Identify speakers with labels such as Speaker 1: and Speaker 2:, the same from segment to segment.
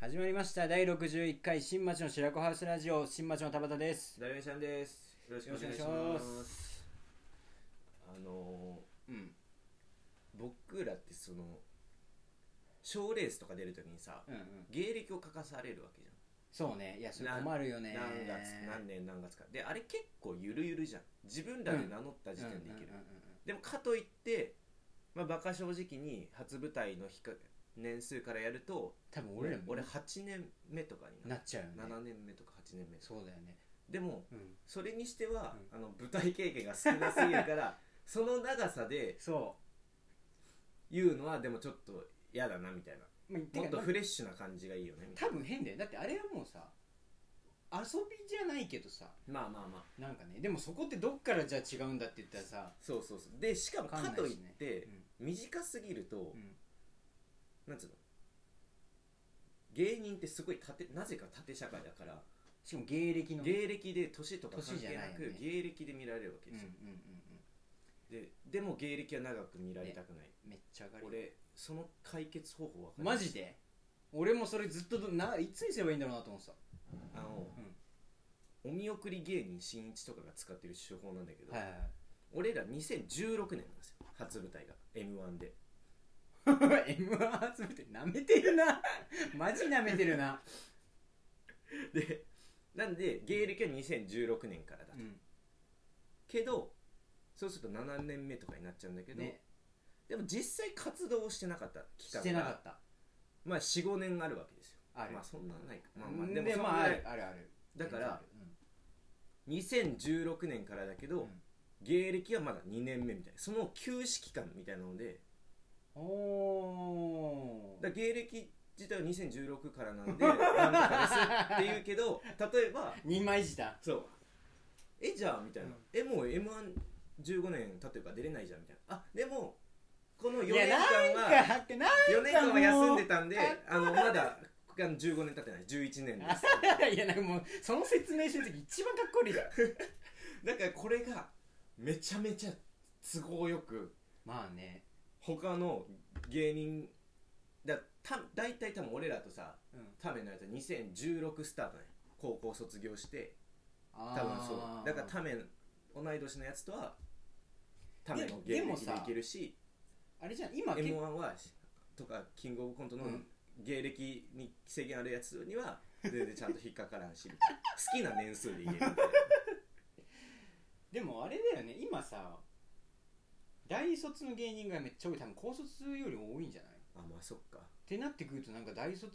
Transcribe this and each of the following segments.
Speaker 1: 始まりました第61回新町の白子ハウスラジオ新町の田畑です
Speaker 2: ダリメちゃんです。よろしくお願いし
Speaker 1: よろ
Speaker 2: ま。
Speaker 1: しくお願いします
Speaker 2: あの
Speaker 1: うん
Speaker 2: ー、僕らってその賞レースとか出るときにさ、
Speaker 1: うんうん
Speaker 2: 芸歴を書かされるわけじ
Speaker 1: そうねいやそれ
Speaker 2: ゃん。
Speaker 1: 困るよね
Speaker 2: 何月何年何月か。であれ結構ゆるゆるじゃん。自分らで名乗った時点でいけ
Speaker 1: う
Speaker 2: る。
Speaker 1: んうんうん
Speaker 2: でもかといって、まあ馬鹿正直に初舞台の日か年数からやると、
Speaker 1: 多分俺らも
Speaker 2: 俺8年目とかに
Speaker 1: な
Speaker 2: なる。
Speaker 1: っちゃうよね
Speaker 2: 7年目とか8年目。
Speaker 1: そうだよね
Speaker 2: でも
Speaker 1: うん
Speaker 2: それにしては、あの舞台経験が少なすぎるから その長さで
Speaker 1: そ
Speaker 2: 言うのはでもちょっと嫌だなみたいな
Speaker 1: うまあて
Speaker 2: も
Speaker 1: か
Speaker 2: っとフレッシュな感じがいいよねみたい
Speaker 1: 多分変だよだってあれはもうさ遊びじゃないけどさ
Speaker 2: なまあまあまあ
Speaker 1: なんかねでもそこってどっからじゃあ違うんだって言ったらさ
Speaker 2: そうそうそうでしかも
Speaker 1: わかんな
Speaker 2: か
Speaker 1: いしね
Speaker 2: といって
Speaker 1: うん
Speaker 2: 短すぎると、
Speaker 1: うん
Speaker 2: なんつうの芸人ってすごい縦なぜか縦社会だから
Speaker 1: しかも芸歴の
Speaker 2: 芸歴で年とか関
Speaker 1: 年じ
Speaker 2: 係
Speaker 1: ゃな
Speaker 2: ない
Speaker 1: よ
Speaker 2: く
Speaker 1: ね
Speaker 2: 芸歴で見られるわけ
Speaker 1: うん
Speaker 2: で
Speaker 1: うん
Speaker 2: す
Speaker 1: うん
Speaker 2: よ、
Speaker 1: うん
Speaker 2: ででも芸歴は長く見られたくない、
Speaker 1: めっちゃ上がる
Speaker 2: 俺その解決方法わかんない
Speaker 1: マジで俺もそれずっとどないつにすればいいんだろうなと思ってた
Speaker 2: あの、お見送り芸人しんいちとかが使ってる手法なんだけど、
Speaker 1: はいはいはい
Speaker 2: 俺ら2016年なんですよ初舞台が m 1で
Speaker 1: M1 集めてなめてるな マジなめてるな
Speaker 2: でなんで芸歴は2016年からだと、
Speaker 1: うん
Speaker 2: けどそうすると7年目とかになっちゃうんだけど、
Speaker 1: ね
Speaker 2: でも実際活動をしてなかった期間
Speaker 1: し
Speaker 2: が
Speaker 1: てなかった
Speaker 2: まあ45年あるわけですよ
Speaker 1: ある
Speaker 2: まあそんなないかまあまあ
Speaker 1: ん
Speaker 2: でも
Speaker 1: で
Speaker 2: そん
Speaker 1: ま
Speaker 2: な
Speaker 1: ああ
Speaker 2: ない
Speaker 1: るあるある
Speaker 2: だ
Speaker 1: 全
Speaker 2: か
Speaker 1: 然あ
Speaker 2: ら
Speaker 1: る
Speaker 2: 2016年からだけど、
Speaker 1: うん
Speaker 2: 芸歴はまだ2年目みたいなその休止期間みたいなので
Speaker 1: うんお
Speaker 2: だから芸歴自体は2016からなん でなんとかですって言うけど例えば
Speaker 1: 2枚舌
Speaker 2: そうえじゃあみたいな、
Speaker 1: うん
Speaker 2: えもう m 1 1 5年経ってるから出れないじゃんみたいなあでもこの4
Speaker 1: い
Speaker 2: 年
Speaker 1: や
Speaker 2: 間
Speaker 1: なん
Speaker 2: は
Speaker 1: かってなん
Speaker 2: 4年間は休んでたんで
Speaker 1: もう
Speaker 2: あのまだあの15年経ってない11年 です
Speaker 1: かいやなんかもうその説明してる時一番かっこ悪いじゃん
Speaker 2: だからこれがめちゃめちゃ都合よく
Speaker 1: まあね
Speaker 2: 他の芸人だた大体多分俺らとさ
Speaker 1: うん
Speaker 2: タメのやつは2016スタートね高校卒業して
Speaker 1: 多
Speaker 2: 多分そうだからタメ同い年のやつとはタメの
Speaker 1: で
Speaker 2: 芸
Speaker 1: でも
Speaker 2: 歴
Speaker 1: さ
Speaker 2: でいけるし
Speaker 1: あれじゃん今
Speaker 2: m
Speaker 1: 結
Speaker 2: 1
Speaker 1: 構
Speaker 2: はとかキングオブコントの
Speaker 1: うん
Speaker 2: 芸歴に制限あるやつには全然ちゃんと引っかからんし好 きな年数で言えるみたいな
Speaker 1: でもあれだよね今さ大卒の芸人がめっちゃ多い多分高卒より多いんじゃないっ
Speaker 2: あまあそっか
Speaker 1: てなってくるとなんか大卒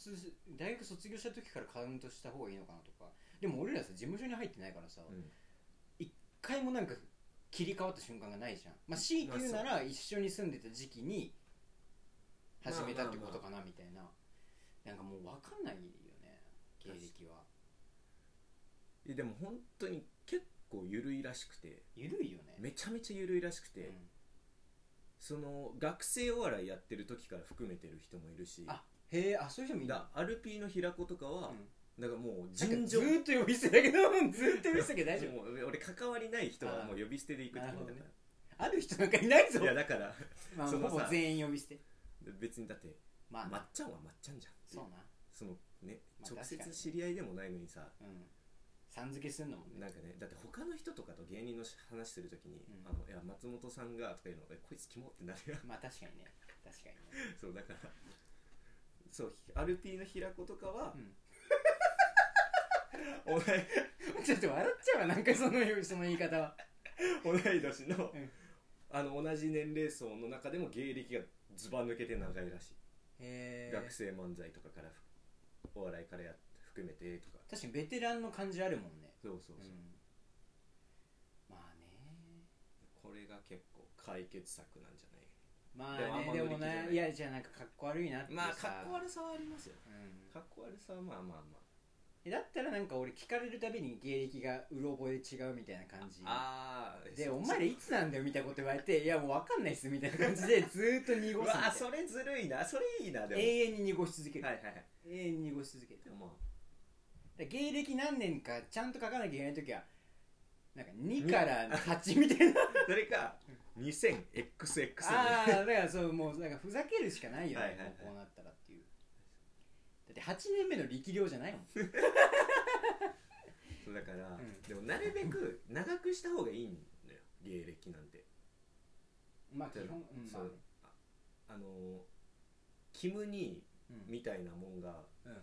Speaker 1: 大学卒業した時からカウントした方がいいのかなとかでも俺らさ事務所に入ってないからさ
Speaker 2: うん
Speaker 1: 一回もなんか切り替わった瞬間がないじゃんまあ強いて言うなら一緒に住んでた時期に
Speaker 2: まあ
Speaker 1: 始めたってことかなみたいななんかもう分かんないよね経歴は
Speaker 2: えでも本当に結構ゆるいらしくて
Speaker 1: ゆるいよね
Speaker 2: めちゃめちゃゆるいらしくて、
Speaker 1: うん
Speaker 2: その学生お笑いやってる時から含めてる人もいるし
Speaker 1: あへえあそういう人もいる
Speaker 2: だアルピーの平子とかは、
Speaker 1: うん
Speaker 2: だからもう
Speaker 1: なん
Speaker 2: 尋
Speaker 1: かず
Speaker 2: 常
Speaker 1: ーっと呼び捨てだけど ずーっと呼び捨てだけど大丈夫
Speaker 2: もう俺関わりない人はもう呼び捨てで行くってこと
Speaker 1: あ
Speaker 2: だ
Speaker 1: ーなる
Speaker 2: か
Speaker 1: ある人なんかいないぞ
Speaker 2: らいやだから
Speaker 1: まあ、
Speaker 2: そ
Speaker 1: ほ
Speaker 2: の
Speaker 1: ぼ
Speaker 2: さ
Speaker 1: 全員呼び捨て
Speaker 2: 別にだって
Speaker 1: まあ、
Speaker 2: まっちゃんはまっちゃんじゃんってい
Speaker 1: そううな
Speaker 2: そのね
Speaker 1: まあ
Speaker 2: 直
Speaker 1: 確かに
Speaker 2: 接知り合いでもないのにさ
Speaker 1: うんさん付けすんのもね
Speaker 2: なんかねだって他の人とかと芸人の話するときに
Speaker 1: う
Speaker 2: 「
Speaker 1: ん
Speaker 2: あのいや松本さんが」とか言うのえこいつキモってなる よ
Speaker 1: まあ確かにね確かにね
Speaker 2: そうだからそうアルピーの平子とかは同い
Speaker 1: うん ちょっと笑っちゃうわなんかそのその言い方は
Speaker 2: 同い年の
Speaker 1: うん
Speaker 2: あの同じ年齢層の中でも芸歴がずば抜けて長いらしい
Speaker 1: へえ
Speaker 2: 学生漫才とかからお笑いからや含めてとか
Speaker 1: 確かにベテランの感じあるもんね
Speaker 2: そうそうそううん
Speaker 1: まあね
Speaker 2: これが結構解決策なんじゃない
Speaker 1: ま
Speaker 2: でもあ
Speaker 1: あ
Speaker 2: ん
Speaker 1: ね
Speaker 2: ま
Speaker 1: で
Speaker 2: 乗り
Speaker 1: も
Speaker 2: 気じゃない
Speaker 1: ねいやじゃあなんかかっこ悪いなって
Speaker 2: まあ
Speaker 1: さ
Speaker 2: かっこ悪さはありますよ
Speaker 1: うん
Speaker 2: かっこ悪さはまあまあまあ
Speaker 1: えだったらなんか俺聞かれるたびに芸歴がうろ覚え違うみたいな感じ
Speaker 2: ああ
Speaker 1: で「お前らいつなんだよ」みたいなこと言われて「いやもう分かんないっす」みたいな感じ でずーっと
Speaker 2: う
Speaker 1: 濁すみたい
Speaker 2: わ
Speaker 1: な
Speaker 2: それずるいなそれいいなでも、
Speaker 1: 永遠に濁し続ける、
Speaker 2: はいはいはい
Speaker 1: 永遠に濁し続けるだか
Speaker 2: でもま
Speaker 1: ら芸歴何年かちゃんと書かなきゃいけない時はなんか2から8みたいな
Speaker 2: あそれか 2000XX
Speaker 1: ああだからそうもうなんかふざけるしかないよね、
Speaker 2: はいはいはい
Speaker 1: もうこうなったらっていうって8年目の力量じゃないもん
Speaker 2: そうだから、
Speaker 1: うん
Speaker 2: でもなるべく長くした方がいいんだよ芸歴なんて
Speaker 1: まあ基本うんま
Speaker 2: そ
Speaker 1: あね
Speaker 2: うああのーキムニ
Speaker 1: うん
Speaker 2: みたいなもんが、
Speaker 1: うん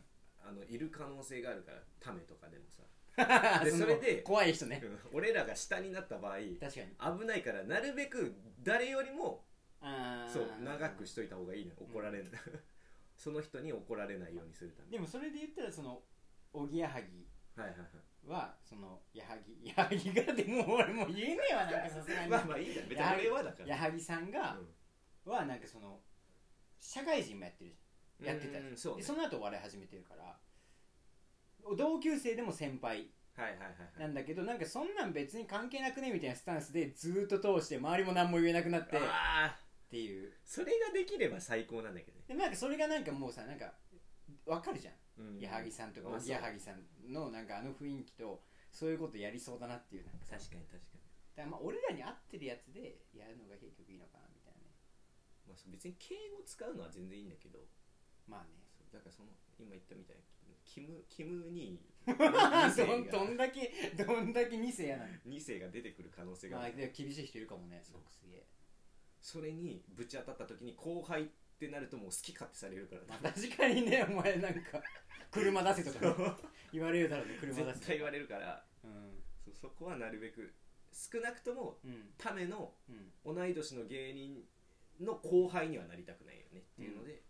Speaker 2: あのいる可能性があるからタメとかでもさ
Speaker 1: で
Speaker 2: それで
Speaker 1: 怖い人ね
Speaker 2: 俺らが下になった場合
Speaker 1: 確かに
Speaker 2: 危ないからなるべく誰よりも
Speaker 1: あー
Speaker 2: そう長くしといた方がいいのよ 怒られん、その人に怒られないようにするため
Speaker 1: でもそれで言ったらそのおぎやはぎ
Speaker 2: はいはいは
Speaker 1: はそのや はぎやはぎがでもう俺もう言えねえわなんかさすが
Speaker 2: い
Speaker 1: に
Speaker 2: まあまあいいんだよ別に俺はだから
Speaker 1: やはぎさんが、はなんかその社会人もやってるじ
Speaker 2: うん
Speaker 1: やってた
Speaker 2: うんそう
Speaker 1: ゃん
Speaker 2: ね
Speaker 1: でその後お笑い始めてるから同級生でも先輩
Speaker 2: はいはいはいは
Speaker 1: ないんだけどなんかそんなん別に関係なくねみたいなスタンスでずーっと通して周りも何も言えなくなってっ
Speaker 2: ああ
Speaker 1: ていう
Speaker 2: それができれば最高なんだけどね
Speaker 1: でもなんかそれがなんかもうさなんかわかるじゃん
Speaker 2: うん
Speaker 1: 矢作さんとか
Speaker 2: ま
Speaker 1: お
Speaker 2: あそう
Speaker 1: ぎやはぎさんのなんかあの雰囲気とそういうことやりそうだなっていうなんかさ
Speaker 2: 確かに確か
Speaker 1: だ
Speaker 2: に
Speaker 1: からまあ俺らに合ってるやつでやるのが結局いいのかなみたいなね
Speaker 2: まあそう別に敬語使うのは全然いいんだけど
Speaker 1: まあね
Speaker 2: そうだからその今言ったみたいにキムキムに
Speaker 1: どんだけどんだけ2世やなの
Speaker 2: 2世が出てくる可能性が
Speaker 1: ま
Speaker 2: あ
Speaker 1: あ
Speaker 2: る
Speaker 1: でも厳しい人いるかもねす
Speaker 2: そう
Speaker 1: ごくすげえ
Speaker 2: それにぶち当たった時に後輩ってなるともう好き勝手されるから
Speaker 1: まあ確かにねお前なんか車出せとかね言われるだろうね車出せ
Speaker 2: 絶対言われるから
Speaker 1: う
Speaker 2: そうそこはなるべく少なくとも
Speaker 1: んうん
Speaker 2: ための
Speaker 1: うん
Speaker 2: 同い年の芸人の後輩にはなりたくないよねっていうので、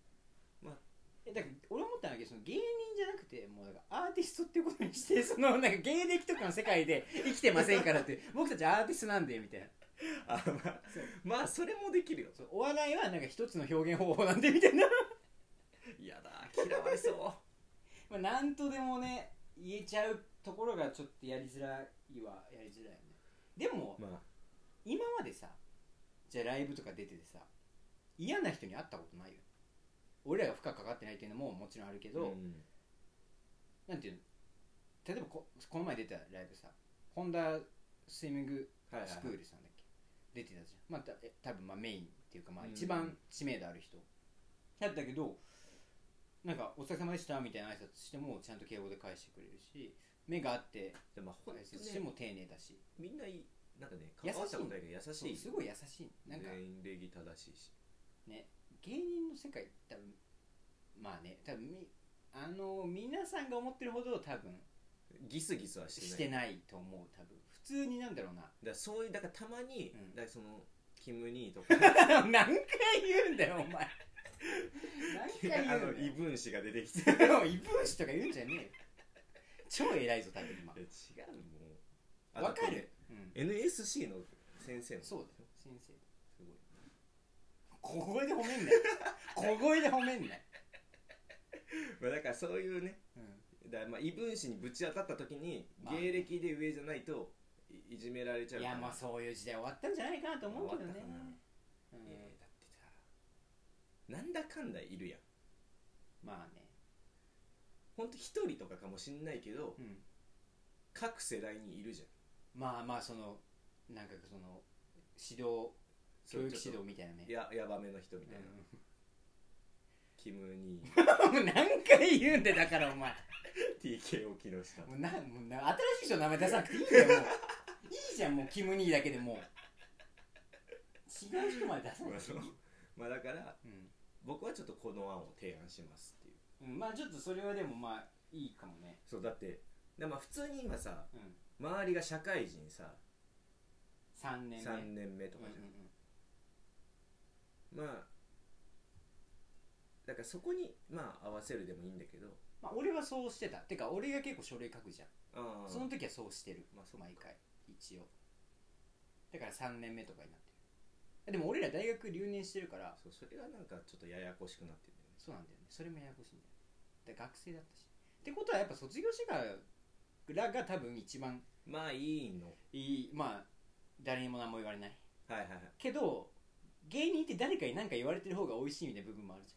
Speaker 1: えだから俺思ったんだけどその芸人じゃなくてもうなんかアーティストっていうことにしてそのなんか芸歴とかの世界で生きてませんからって僕たちアーティストなんでみたいな
Speaker 2: あまあ
Speaker 1: そう
Speaker 2: まあそれもできるよ
Speaker 1: そうお笑いはなんか一つの表現方法なんでみたいな
Speaker 2: やだ嫌われそう
Speaker 1: まあなんとでもね言えちゃうところがちょっとやりづらいはやりづらいよねでも、
Speaker 2: まあ
Speaker 1: 今までさじゃあライブとか出ててさ嫌な人に会ったことないよ俺らが負荷かかってないっていうのももちろんあるけど、
Speaker 2: ん
Speaker 1: なんていうの例えばここの前出たライブさホンダスイミング
Speaker 2: はいはい
Speaker 1: スクールさんだっけ、出てたじゃんまあたえ多分まあメインっていうかまあ
Speaker 2: うん
Speaker 1: 一番知名度ある人だったけどなんか「お疲れ様でした」みたいな挨拶してもちゃんと敬語で返してくれるし目があって
Speaker 2: でもほ
Speaker 1: 挨
Speaker 2: んと
Speaker 1: 拶して
Speaker 2: ね
Speaker 1: も丁寧だし、
Speaker 2: みんないいなんかね関わったことないけど優
Speaker 1: そ
Speaker 2: し
Speaker 1: う
Speaker 2: い
Speaker 1: すごい優しいなんか
Speaker 2: 全員礼儀正しいし
Speaker 1: ね芸人の世界多分まあね多分みあの皆さんが思ってるほど多分
Speaker 2: ギスギスはしてない
Speaker 1: してないと思う多分普通になんだろうな
Speaker 2: だからそういうだからたまに、
Speaker 1: うん
Speaker 2: だからそのキム・ニーとか
Speaker 1: 何回言うんだよお 前何回言うんだ
Speaker 2: あの異
Speaker 1: よ
Speaker 2: 分子が出てきて
Speaker 1: もう異分子とか言うんじゃねえよ超偉いぞ多分今
Speaker 2: 違うもう
Speaker 1: わか
Speaker 2: あと
Speaker 1: る
Speaker 2: ね、
Speaker 1: うん、
Speaker 2: NSC の先生の
Speaker 1: そうだよ先生
Speaker 2: すご
Speaker 1: 小
Speaker 2: い
Speaker 1: 声で褒めんなよ小声で褒めんなよ、
Speaker 2: まあだからそういうね
Speaker 1: うん
Speaker 2: だからまあ異分子にぶち当たった時に
Speaker 1: まあね
Speaker 2: 芸歴で上じゃないといいじめられちゃう
Speaker 1: い
Speaker 2: から
Speaker 1: やまあそういう時代終わったんじゃないかなと思うけどね
Speaker 2: 終わ
Speaker 1: う
Speaker 2: ったかない
Speaker 1: ん
Speaker 2: やいやだってさなんだかんだいるやん
Speaker 1: まあね、
Speaker 2: ほんと一人とかかもしんないけど
Speaker 1: うん、
Speaker 2: 各世代にいるじゃん
Speaker 1: まあまあそのなんかその指導教育指
Speaker 2: そうち
Speaker 1: 導
Speaker 2: ょっ
Speaker 1: みたいなね
Speaker 2: とややばめの人みたいな、
Speaker 1: う
Speaker 2: キム・ニ
Speaker 1: ん もう何回言うんでだからお前
Speaker 2: ー TKO 木下
Speaker 1: もうなもうな新しい人の名前出さなくていいんだよもういいじゃんもうキム・ニーだけでもう違う人まで出さな
Speaker 2: まあ
Speaker 1: くてい
Speaker 2: そ
Speaker 1: い、
Speaker 2: のまあだから
Speaker 1: うん
Speaker 2: 僕はちょっとこの案を提案しますっていう
Speaker 1: うん、まあちょっとそれはでもまあいいかもね
Speaker 2: そうだってでまあ普通に今さ
Speaker 1: うん
Speaker 2: 周りが社会人さ
Speaker 1: 3年目
Speaker 2: 3年目と
Speaker 1: うん
Speaker 2: か
Speaker 1: うん
Speaker 2: じゃん、まあだからそこにまあ合わせるでもいいんだけど
Speaker 1: まあ、俺はそうしてたてか俺が結構書類書くじゃん、
Speaker 2: ああ
Speaker 1: その時はそうしてる
Speaker 2: まあそうか
Speaker 1: 毎回一応だから3年目とかになってるでも俺ら大学留年してるから
Speaker 2: そうそれがなんかちょっとややこしくなってるんだよね
Speaker 1: そうなんだよねそれもややこしいんだよねで学生だったしってことはやっぱ卒業してかららが多分一番
Speaker 2: まあいいの
Speaker 1: いいまあ誰にも何も言われない
Speaker 2: はいはいはい
Speaker 1: けど芸人って誰かに何か言われてる方が美味しいみたいな部分もあるじ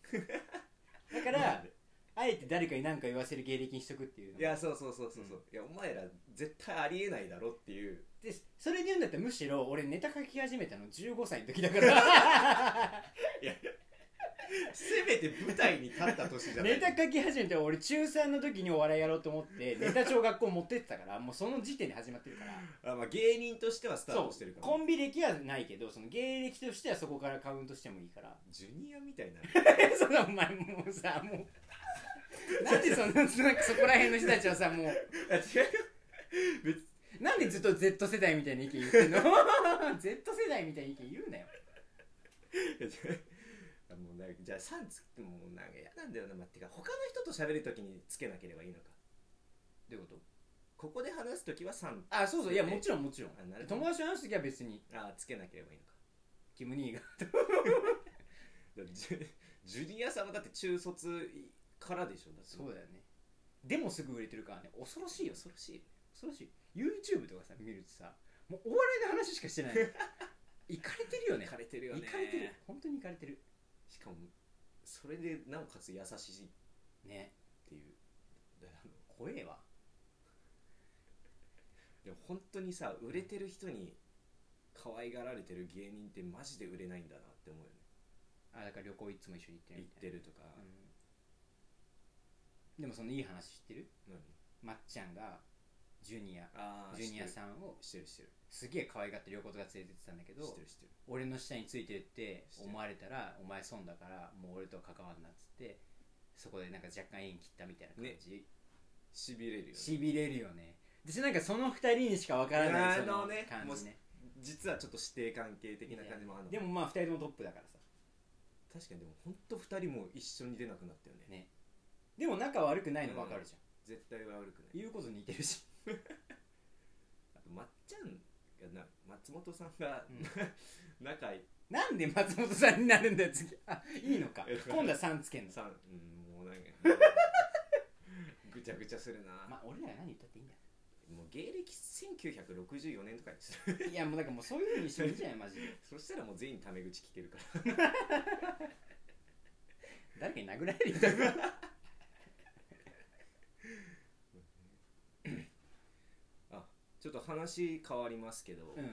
Speaker 1: ゃん だから、
Speaker 2: なんで
Speaker 1: あえて誰かに何か言わせる芸歴にしとくっていうの
Speaker 2: いやそうそうそうそうそう、いやお前ら絶対ありえないだろっていう
Speaker 1: でそれで言うんだったらむしろ俺ネタ書き始めたの15歳の時だから
Speaker 2: いやせめて舞台に立った 年じゃない
Speaker 1: ネタ書き始めて俺中3の時にお笑いやろうと思ってネタ小学校持ってってたからもうその時点で始まってるから
Speaker 2: あ、まあ、芸人としてはスタートしてるから
Speaker 1: コンビ歴はないけどその芸歴としてはそこからカウントしてもいいから
Speaker 2: ジュニアみた いな
Speaker 1: そのお前もうさもうなんでそんななんかそこら辺の人たちはさもう
Speaker 2: あ違う別
Speaker 1: なんでずっと Z 世代みたいな意見言ってんの Z 世代みたいな意見言うなよ
Speaker 2: あ もうなんかじゃあさんつってもうなんか嫌なんだよな、まあ、てか他の人と喋るときにつけなければいいのか
Speaker 1: どういうこと
Speaker 2: ここで話すときはさん
Speaker 1: あそうそういやもちろんもちろん
Speaker 2: あなるほど
Speaker 1: 友達と話す時は別に
Speaker 2: あつけなければいいのか
Speaker 1: キム兄が
Speaker 2: だってジュ ジュニアさんはだって中卒からでしょだって
Speaker 1: そうだよねでもすぐ売れてるからね恐ろしいよ
Speaker 2: 恐ろしい
Speaker 1: 恐ろしい YouTube とかさ見るとさもうお笑いの話しかしてないのいかれてるよね
Speaker 2: 枯れてるよ
Speaker 1: い
Speaker 2: ね
Speaker 1: かれてる本当にいかれてる
Speaker 2: しかもそれでなおかつ優しいっ
Speaker 1: ね
Speaker 2: ていうだからあの
Speaker 1: 怖えわ
Speaker 2: でも本当にさ売れてる人に可愛がられてる芸人ってマジで売れないんだなって思うよね
Speaker 1: あだから旅行いつも一緒に行ってる
Speaker 2: 言っ
Speaker 1: みたい
Speaker 2: てるとか、
Speaker 1: な、うんでもそのいい話知ってる
Speaker 2: 何
Speaker 1: まっちゃんがジュニア
Speaker 2: あ
Speaker 1: ジュニア
Speaker 2: ん
Speaker 1: さんを
Speaker 2: してるしてる
Speaker 1: すげえ可愛がって両方が連れてってたんだけど
Speaker 2: してるしてる
Speaker 1: 俺の下についてるって
Speaker 2: してる
Speaker 1: 思われたらお前損だからもう俺と関わんなっつってそこでなんか若干縁切ったみたいな感じ
Speaker 2: しびれるよね
Speaker 1: しび、れるよねでなんかその二人にしかわからないそ
Speaker 2: あ
Speaker 1: の
Speaker 2: のね
Speaker 1: 感
Speaker 2: もう
Speaker 1: じね
Speaker 2: 実はちょっと師弟関係的な感じもあるの
Speaker 1: でもまあ二人ともトップだからさ
Speaker 2: 確かにでも本当二人も一緒に出なくなったよね
Speaker 1: ねでも仲悪くないの分かるじゃん、
Speaker 2: 絶対は悪くない
Speaker 1: 言うこと似てるし
Speaker 2: あとまっちゃんがな松本さんが、
Speaker 1: うん
Speaker 2: 仲いい
Speaker 1: なんで松本さんになるんだよ次あいいのか
Speaker 2: えだから
Speaker 1: 今度は3つけんの
Speaker 2: さんうんもうなんか ぐちゃぐちゃするな、
Speaker 1: まあ俺らが何言ったっていいんだよ
Speaker 2: もう芸歴1964年とかにする
Speaker 1: いやもうなんかもうそういうふうにしてもいいじゃないマジで
Speaker 2: そしたらもう全員タメ口聞けるから
Speaker 1: 誰かに殴られるみたい な
Speaker 2: ちょっと話変わりますけど、
Speaker 1: うん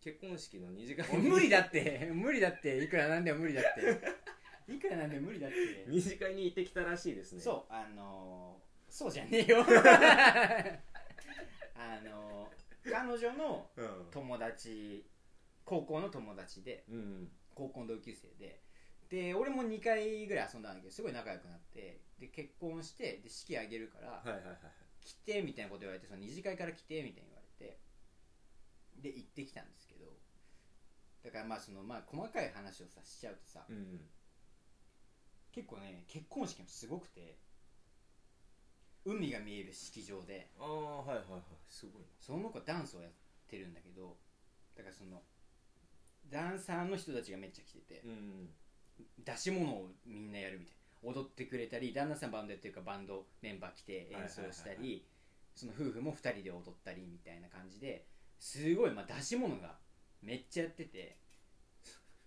Speaker 2: 結婚式の二次会
Speaker 1: もう 無理だって無理だっていくらなんでも無理だっていくらなんでも無理だって
Speaker 2: 二次会に行ってきたらしいですね
Speaker 1: そうあのー、そうじゃねえよあのー、彼女の
Speaker 2: う
Speaker 1: 友達高校の友達で
Speaker 2: ん、うん、
Speaker 1: 高校の同級生でで俺も2回ぐらい遊んだんだけどすごい仲良くなってで結婚してで式あげるから、
Speaker 2: はいはいはいはい
Speaker 1: 来てみたいなこと言われてその二次会から来てみたいに言われてで行ってきたんですけどだからまあそのまあ細かい話をさしちゃうとさ
Speaker 2: うん
Speaker 1: 結構ね結婚式もすごくて海が見える式場で
Speaker 2: ああはいはいはいすごい
Speaker 1: その子はダンスをやってるんだけどだからそのダンサーの人たちがめっちゃ来てて
Speaker 2: なうん
Speaker 1: 出し物をみんなやるみたいな踊ってくれたり旦那さんバンドやってるからバンドメンバー来て演奏した
Speaker 2: はいはいはい
Speaker 1: りその夫婦も2人で踊ったりみたいな感じですごい、まあ、出し物がめっちゃやってて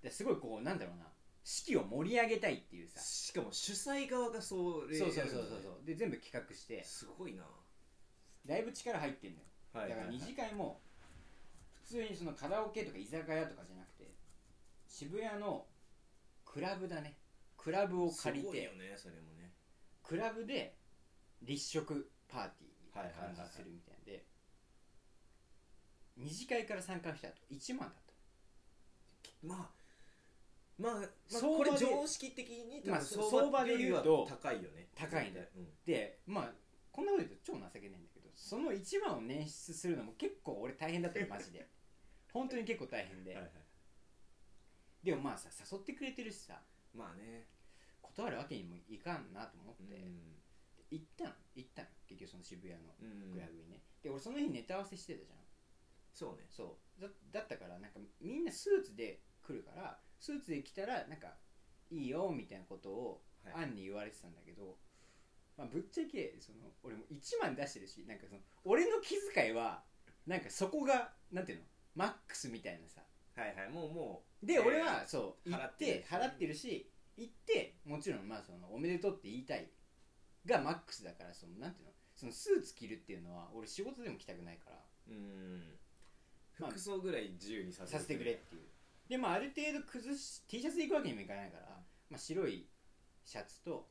Speaker 1: ですごいこうなんだろうな式を盛り上げたいっていうさそ
Speaker 2: しかも主催側がそう
Speaker 1: そうそうそうそうで全部企画して
Speaker 2: すごいな
Speaker 1: だいぶ力入ってんのよ
Speaker 2: は
Speaker 1: だから二次会も普通にそのカラオケとか居酒屋とかじゃなくて渋谷のクラブだねクラブを借り
Speaker 2: すごい
Speaker 1: て
Speaker 2: よねそれもね
Speaker 1: クラブで立食パーティーみたいな
Speaker 2: はい
Speaker 1: 感
Speaker 2: はいはいはい
Speaker 1: じするみたいなんで二次会から参加したと1万だっ
Speaker 2: まあまあ、まあ、
Speaker 1: 相
Speaker 2: こ
Speaker 1: 場で
Speaker 2: れ常識的に多分
Speaker 1: まあ相場で言うと
Speaker 2: よりは高いよね
Speaker 1: 高いんだよ
Speaker 2: うん
Speaker 1: たでまあこんなこと言うと超情けないんだけどその1万を捻出するのも結構俺大変だったよ マジで本当に結構大変で、
Speaker 2: はいはい
Speaker 1: でもまあさ誘ってくれてるしさ
Speaker 2: まあね
Speaker 1: 断るわけにもいかんなと思っ
Speaker 2: う
Speaker 1: て、
Speaker 2: ん
Speaker 1: 行ったの行ったの結局その渋谷の
Speaker 2: うん
Speaker 1: クラブにね、で俺その日ネタ合わせしてたじゃん
Speaker 2: そうね
Speaker 1: そうだだったからなんかみんなスーツで来るからスーツで来たらなんかいいよみたいなことをアンに言われてたんだけど、まあ、ぶっちゃけその俺も1万出してるしなんかその俺の気遣いはなんかそこがなんていうのマックスみたいなさ
Speaker 2: はいはいもうも
Speaker 1: で、
Speaker 2: えー
Speaker 1: 俺はそう行
Speaker 2: 払
Speaker 1: っ
Speaker 2: ってる
Speaker 1: て払ってるし行ってもちろんまあそのおめでとうって言いたいがマックスだからそのなんていうのそのスーツ着るっていうのは俺仕事でも着たくないから
Speaker 2: ううん
Speaker 1: まあ
Speaker 2: 服装ぐらい自由にさ
Speaker 1: させてくれっていうでまあある程度崩し T シャツで行くわけにもいかないからまあ、白いシャツと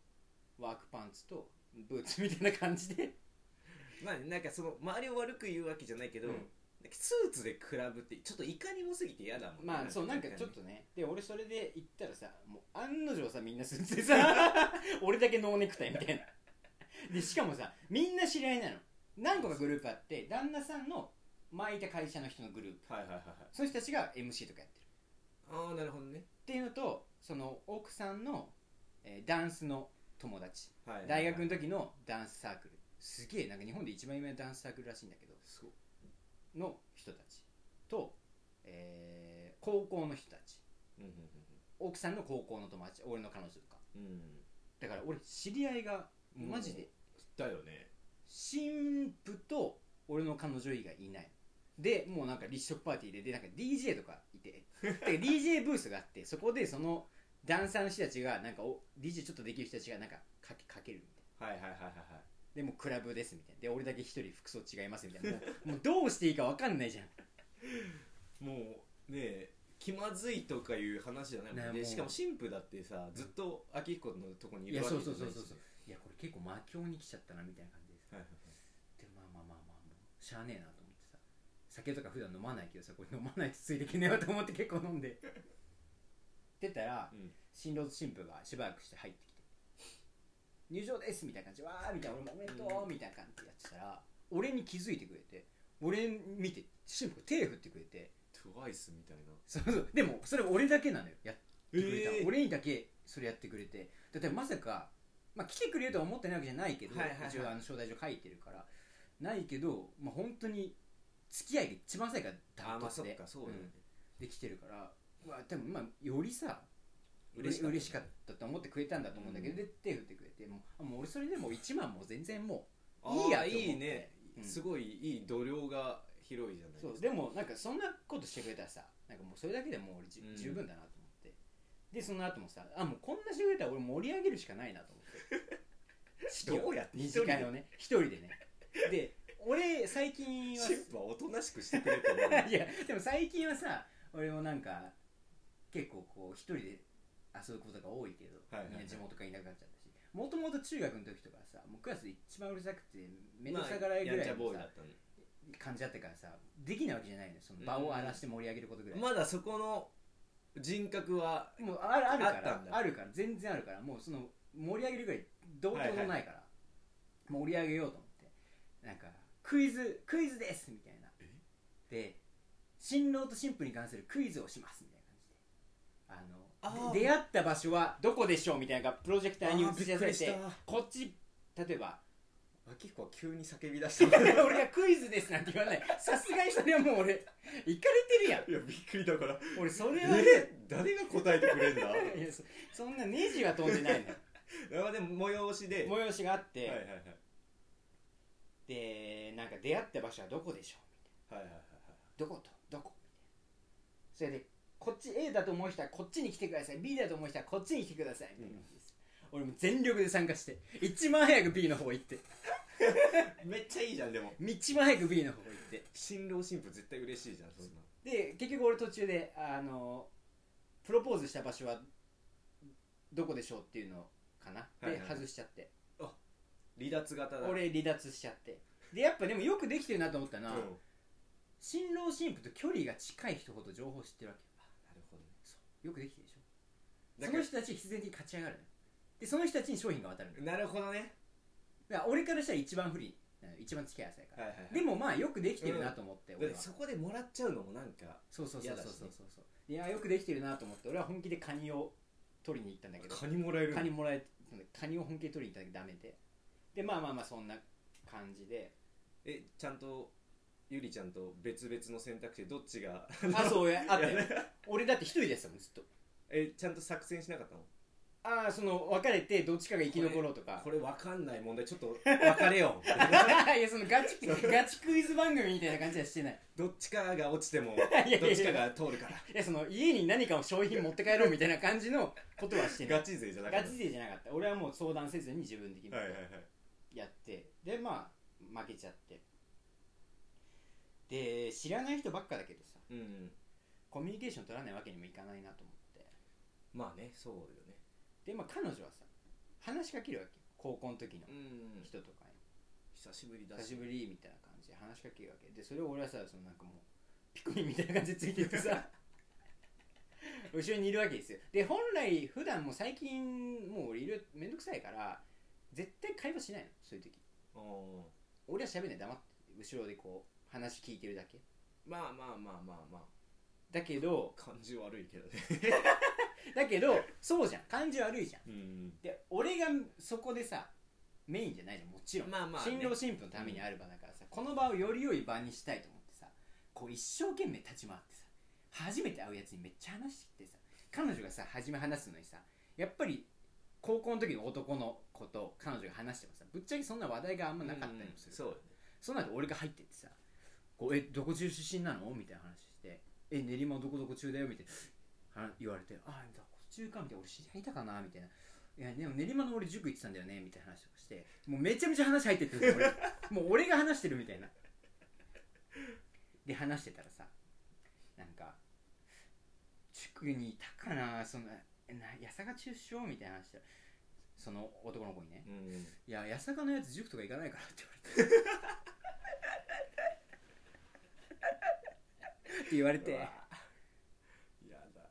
Speaker 1: ワークパンツとブーツみたいな感じで
Speaker 2: まあなんかその周りを悪く言うわけじゃないけど、
Speaker 1: うん
Speaker 2: なんかスーツでクラブってちょっといかにもすぎて嫌だもんね
Speaker 1: まあそうなんかちょっ
Speaker 2: ね
Speaker 1: とねで俺それで行ったらさもう案の定さみんなスーツでさ 俺だけノーネクタイみたいなでしかもさみんな知り合いなの何個かグループあって旦那さんの前いた会社の人のグループ
Speaker 2: はいはいはいはい
Speaker 1: そういう人たちが MC とかやってる
Speaker 2: ああなるほどね、
Speaker 1: っていうのとその奥さんの、えーダンスの友達
Speaker 2: はい
Speaker 1: 大学の
Speaker 2: 時
Speaker 1: 時のダンスサークルすげえなんか日本で一番有名なダンスサークルらしいんだけど
Speaker 2: そう
Speaker 1: の人たちと、えー高校の人たち
Speaker 2: うんうん
Speaker 1: 奥さんの高校の友達俺の彼女とか
Speaker 2: うんうん
Speaker 1: だから俺知り合いが
Speaker 2: うん
Speaker 1: マジで
Speaker 2: だよね
Speaker 1: 新婦と俺の彼女以外いないでもうなんか立食パーティーででなんか DJ とかいてで DJ ブースがあってそこでそのダンサーの人たちがなんかお DJ ちょっとできる人たちがなんかかけかけるみたいな
Speaker 2: はいはいはいはいはい
Speaker 1: でもうクラブですみたいなで俺だけ一人服装違いますみたいなもうもうどうしていいか分かんないじゃん
Speaker 2: もうねえ気まずいとかいう話じゃないもん
Speaker 1: ね
Speaker 2: ね
Speaker 1: もう
Speaker 2: しかも新婦だってさずっと明彦のとこにい
Speaker 1: い
Speaker 2: る
Speaker 1: や
Speaker 2: わけ
Speaker 1: そう
Speaker 2: じ
Speaker 1: そ
Speaker 2: ゃ
Speaker 1: う
Speaker 2: な
Speaker 1: そ
Speaker 2: いうし
Speaker 1: そうそういやこれ結構魔境に来ちゃったなみたいな感じでさ
Speaker 2: はいはい
Speaker 1: でまあまあまあまあもうしゃあねえなと思ってさ酒とか普段飲まないけどさこれ飲まないとついてけねえわと思って結構飲んで出たら
Speaker 2: はいうん
Speaker 1: 新郎と新婦がしばらくして入ってきて「入場です」みたいな感じで「わー」みたいな「俺もおめでとう」みたいな感じでやってたら俺に気づいてくれて俺見て新婦が手振ってくれて
Speaker 2: トゥワイスみたいな
Speaker 1: そうそうでもそれ俺だけなのよやってくれたの、
Speaker 2: えー
Speaker 1: 俺にだけそれやってくれてだってまさか、まあ、来てくれるとは思ってないわけじゃないけど、
Speaker 2: はいはいはい
Speaker 1: 一応あの招待状書いてるからないけど、まあ、本当に付き合いが一番最後が
Speaker 2: あ
Speaker 1: ダ
Speaker 2: ー
Speaker 1: ン
Speaker 2: ま
Speaker 1: ト
Speaker 2: あそ
Speaker 1: ツ
Speaker 2: っ
Speaker 1: で,、
Speaker 2: かそうだよね、
Speaker 1: んで来てるから、まあ、多分まあよりさ
Speaker 2: 嬉しかった
Speaker 1: 嬉しかったと思ってくれたんだと思うんだけど、
Speaker 2: うん
Speaker 1: で手振ってくれてもうあもう俺それでもう1万もう全然も
Speaker 2: あ
Speaker 1: いいや
Speaker 2: ー
Speaker 1: と思って
Speaker 2: いいね、
Speaker 1: うん
Speaker 2: すごいいい度量が広いじゃないうですか
Speaker 1: そうでもなんかそんなことしてくれたらさなんかもうそれだけでもう俺じゅ、
Speaker 2: うん
Speaker 1: 十分だなと思ってでその後もさあもうこんなしてくれたら俺盛り上げるしかないなと思 って式を
Speaker 2: どうやって
Speaker 1: 二
Speaker 2: 一
Speaker 1: 次
Speaker 2: 人で
Speaker 1: 会をね一人でねで俺最近は
Speaker 2: 新婦はおとなしくしてくれて る
Speaker 1: いやでも最近はさ俺もなんか結構こう一人で遊ぶことが多いけど、
Speaker 2: はいはいはい
Speaker 1: みんな地元からいなくなっちゃったしもともと中学の時とかさもうクラスで一番うるさくて面倒くさがらいぐ
Speaker 2: やん
Speaker 1: らい
Speaker 2: ちゃボ
Speaker 1: の
Speaker 2: ーイ
Speaker 1: さ
Speaker 2: だったの
Speaker 1: 感じだったからさできないわけじゃないのよその場を荒らして盛り上げることぐらい、
Speaker 2: まだそこの人格は
Speaker 1: もうあるあるか
Speaker 2: あった
Speaker 1: ら
Speaker 2: んだ
Speaker 1: あるから全然あるからもうその盛り上げるぐらいどうってことないから、盛り上げようと思ってなんかクイズクイズですみたいな
Speaker 2: え
Speaker 1: で新郎と新婦に関するクイズをしますみたいな感じであの
Speaker 2: あー
Speaker 1: で出会った場所はどこでしょうみたいなのがプロジェクターに映し出されて
Speaker 2: あーびっくりし
Speaker 1: こっち例えば
Speaker 2: た明彦は急に叫び出し
Speaker 1: 俺
Speaker 2: たい
Speaker 1: がクイズですなんて言わないさすがにそれはもう俺いかれてるやん
Speaker 2: やびっくりだから
Speaker 1: 俺それはね
Speaker 2: え誰が答えてくれんだ
Speaker 1: いやそそんなネジは飛んでないの
Speaker 2: あでも催しで
Speaker 1: 催しがあって、
Speaker 2: はいはいはい
Speaker 1: でなんか出会った場所はどこでしょう
Speaker 2: はいはいはい
Speaker 1: どことどこみたいなそれでこっち A だと思う人はこっちに来てください B だと思う人はこっちに来てくださいみたいな感じです、俺も全力で参加して一番早く B の方行って
Speaker 2: はいめっちゃいいじゃんでも
Speaker 1: 一番早く B の方行って
Speaker 2: 新郎新婦絶対嬉しいじゃんそんな
Speaker 1: で結局俺途中であのプロポーズした場所はどこでしょうっていうのかなで、
Speaker 2: はいはいはい
Speaker 1: 外しちゃって
Speaker 2: 離脱型だ
Speaker 1: 俺離脱しちゃってでやっぱでもよくできてるなと思った
Speaker 2: うん
Speaker 1: の
Speaker 2: な
Speaker 1: は、
Speaker 2: るほ
Speaker 1: 新郎新婦と距離が近い人ほど情報を知ってるわけ
Speaker 2: どね
Speaker 1: よくできてるでしょ
Speaker 2: だ
Speaker 1: そ
Speaker 2: か
Speaker 1: の人たち必然的に勝ち上がるのよでその人たちに商品が渡るのよ
Speaker 2: らなるほどね
Speaker 1: だから俺からしたら一番不利なのよ一番付き合い浅いか
Speaker 2: は
Speaker 1: ら、
Speaker 2: いはいはい
Speaker 1: でもまあよくできてるなと思って、
Speaker 2: だ
Speaker 1: 俺
Speaker 2: って
Speaker 1: はそ
Speaker 2: そこでもらっちゃうのもなんか
Speaker 1: うそうそうそ
Speaker 2: 嫌
Speaker 1: う
Speaker 2: だし
Speaker 1: そ
Speaker 2: ね
Speaker 1: うそうそういやよくできてるなと思って俺は本気でカニを取りに行ったんだけど
Speaker 2: ニもらえ
Speaker 1: カニもらえたんだカニを本気で取りに行ったんだけどダメででまあまあまあそんな感じで
Speaker 2: えちゃんとゆりちゃんと別々の選択肢でどっちが
Speaker 1: あそうや あったよ
Speaker 2: いや
Speaker 1: 俺だって一人でしたもんずっと
Speaker 2: えちゃんと作戦しなかったの
Speaker 1: ああその別れてどっちかが生き残ろうとか
Speaker 2: これわかんない問題ちょっと 別れよ う
Speaker 1: いやそのガチガチクイズ番組みたいな感じはしてない
Speaker 2: どっちかが落ちても
Speaker 1: いやいや
Speaker 2: どっちかが通るから
Speaker 1: いやその家に何かを商品持って帰ろうみたいな感じのことはしてない
Speaker 2: ガチ勢じゃなかっ
Speaker 1: ガ
Speaker 2: た
Speaker 1: チ勢じゃなかった俺はもう相談せずに自分的に
Speaker 2: はいはいはい
Speaker 1: やってでまあ負けちゃってで知らない人ばっかだけどさ
Speaker 2: うんうん
Speaker 1: コミュニケーション取らないわけにもいかないなと思って
Speaker 2: まあねそうよね
Speaker 1: で、まあ、彼女はさ話しかけるわけよ高校の時の
Speaker 2: うん
Speaker 1: 人とかに
Speaker 2: 久しぶりだ
Speaker 1: 久
Speaker 2: し
Speaker 1: しぶりみたいな感じで話しかけるわけでそれを俺はさそのなんかもうピクミンみたいな感じでついてってさ後ろにいるわけですよで本来普段もう最近もう俺いるめんどくさいから絶対会話しないのそういう時
Speaker 2: おー
Speaker 1: 俺は喋んない黙って後ろでこう話聞いてるだけ
Speaker 2: まあまあまあまあま
Speaker 1: だけど
Speaker 2: あ感じ悪いけどね
Speaker 1: だけどそうじゃん感じ悪いじゃん
Speaker 2: うん
Speaker 1: で俺がそこでさメインじゃないじゃんもちろん、
Speaker 2: まあまあね
Speaker 1: 新郎新婦のためにある場だからさ、この場をより良い場にしたいと思ってさこう一生懸命立ち回ってさ初めて会うやつにめっちゃ話してさ彼女がさ初め話すのにさやっぱり高校の時の男の子と彼女が話してもさぶっちゃけそんな話題があんまなかったりもする、
Speaker 2: そうよね
Speaker 1: その後俺が入ってってさ「こうえどこ中出身なの?」みたいな話して「え練馬どこどこ中だよ」みたいなは言われて「ああどこ中か」みたいな「俺知り合いいたかな」みたいな「いやでも練馬の俺塾行ってたんだよね」みたいな話とかしてもうめちゃめちゃ話入ってってるんですよ俺もう俺が話してるみたいなで話してたらさなんか「塾にいたかなそのな八坂中小」みたいな話したらその男の子にね
Speaker 2: うん
Speaker 1: いや、八坂のやつ塾とか行かないからって 言われて。って言われて、
Speaker 2: うわやだな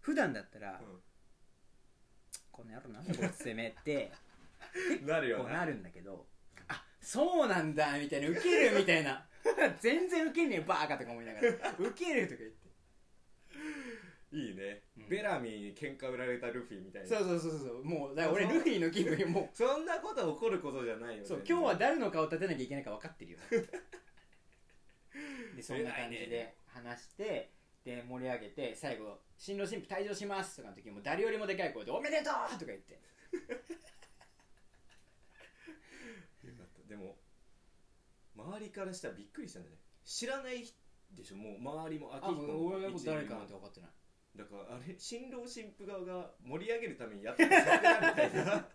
Speaker 1: 普段だったら、
Speaker 2: うん
Speaker 1: この野郎なんでこいつ攻め って、
Speaker 2: なる
Speaker 1: こうなるんだけど、あ、そうなんだ、みたいな、ウケるみたいな。 全然ウケねえ、バーカとか思いながら。ウケるとか言って。
Speaker 2: いいね、
Speaker 1: うん
Speaker 2: ベラミーに喧嘩売られたルフィみたいな
Speaker 1: そうそうそうそう。もう、だから俺、ルフィの気分よも
Speaker 2: そんなこと起こることじゃないよ
Speaker 1: う、
Speaker 2: ね
Speaker 1: そう、今日は誰の顔立てなきゃいけないか分かってるよ。 で、そんな感じ
Speaker 2: 偉いね
Speaker 1: で話して、で、盛り上げて、最後、新郎新婦退場しますとかの時も、誰よりもでかい声で、おめでとうとか言って。
Speaker 2: よかったでも周りからしたらびっくりしたんだね知らない人でしょもう周りも
Speaker 1: あ、
Speaker 2: 明
Speaker 1: も
Speaker 2: 彦
Speaker 1: う俺のこと誰かなん
Speaker 2: 一二
Speaker 1: て分かってない。
Speaker 2: だからあれ新郎新婦側が盛り上げるためにやってる 桜みたいな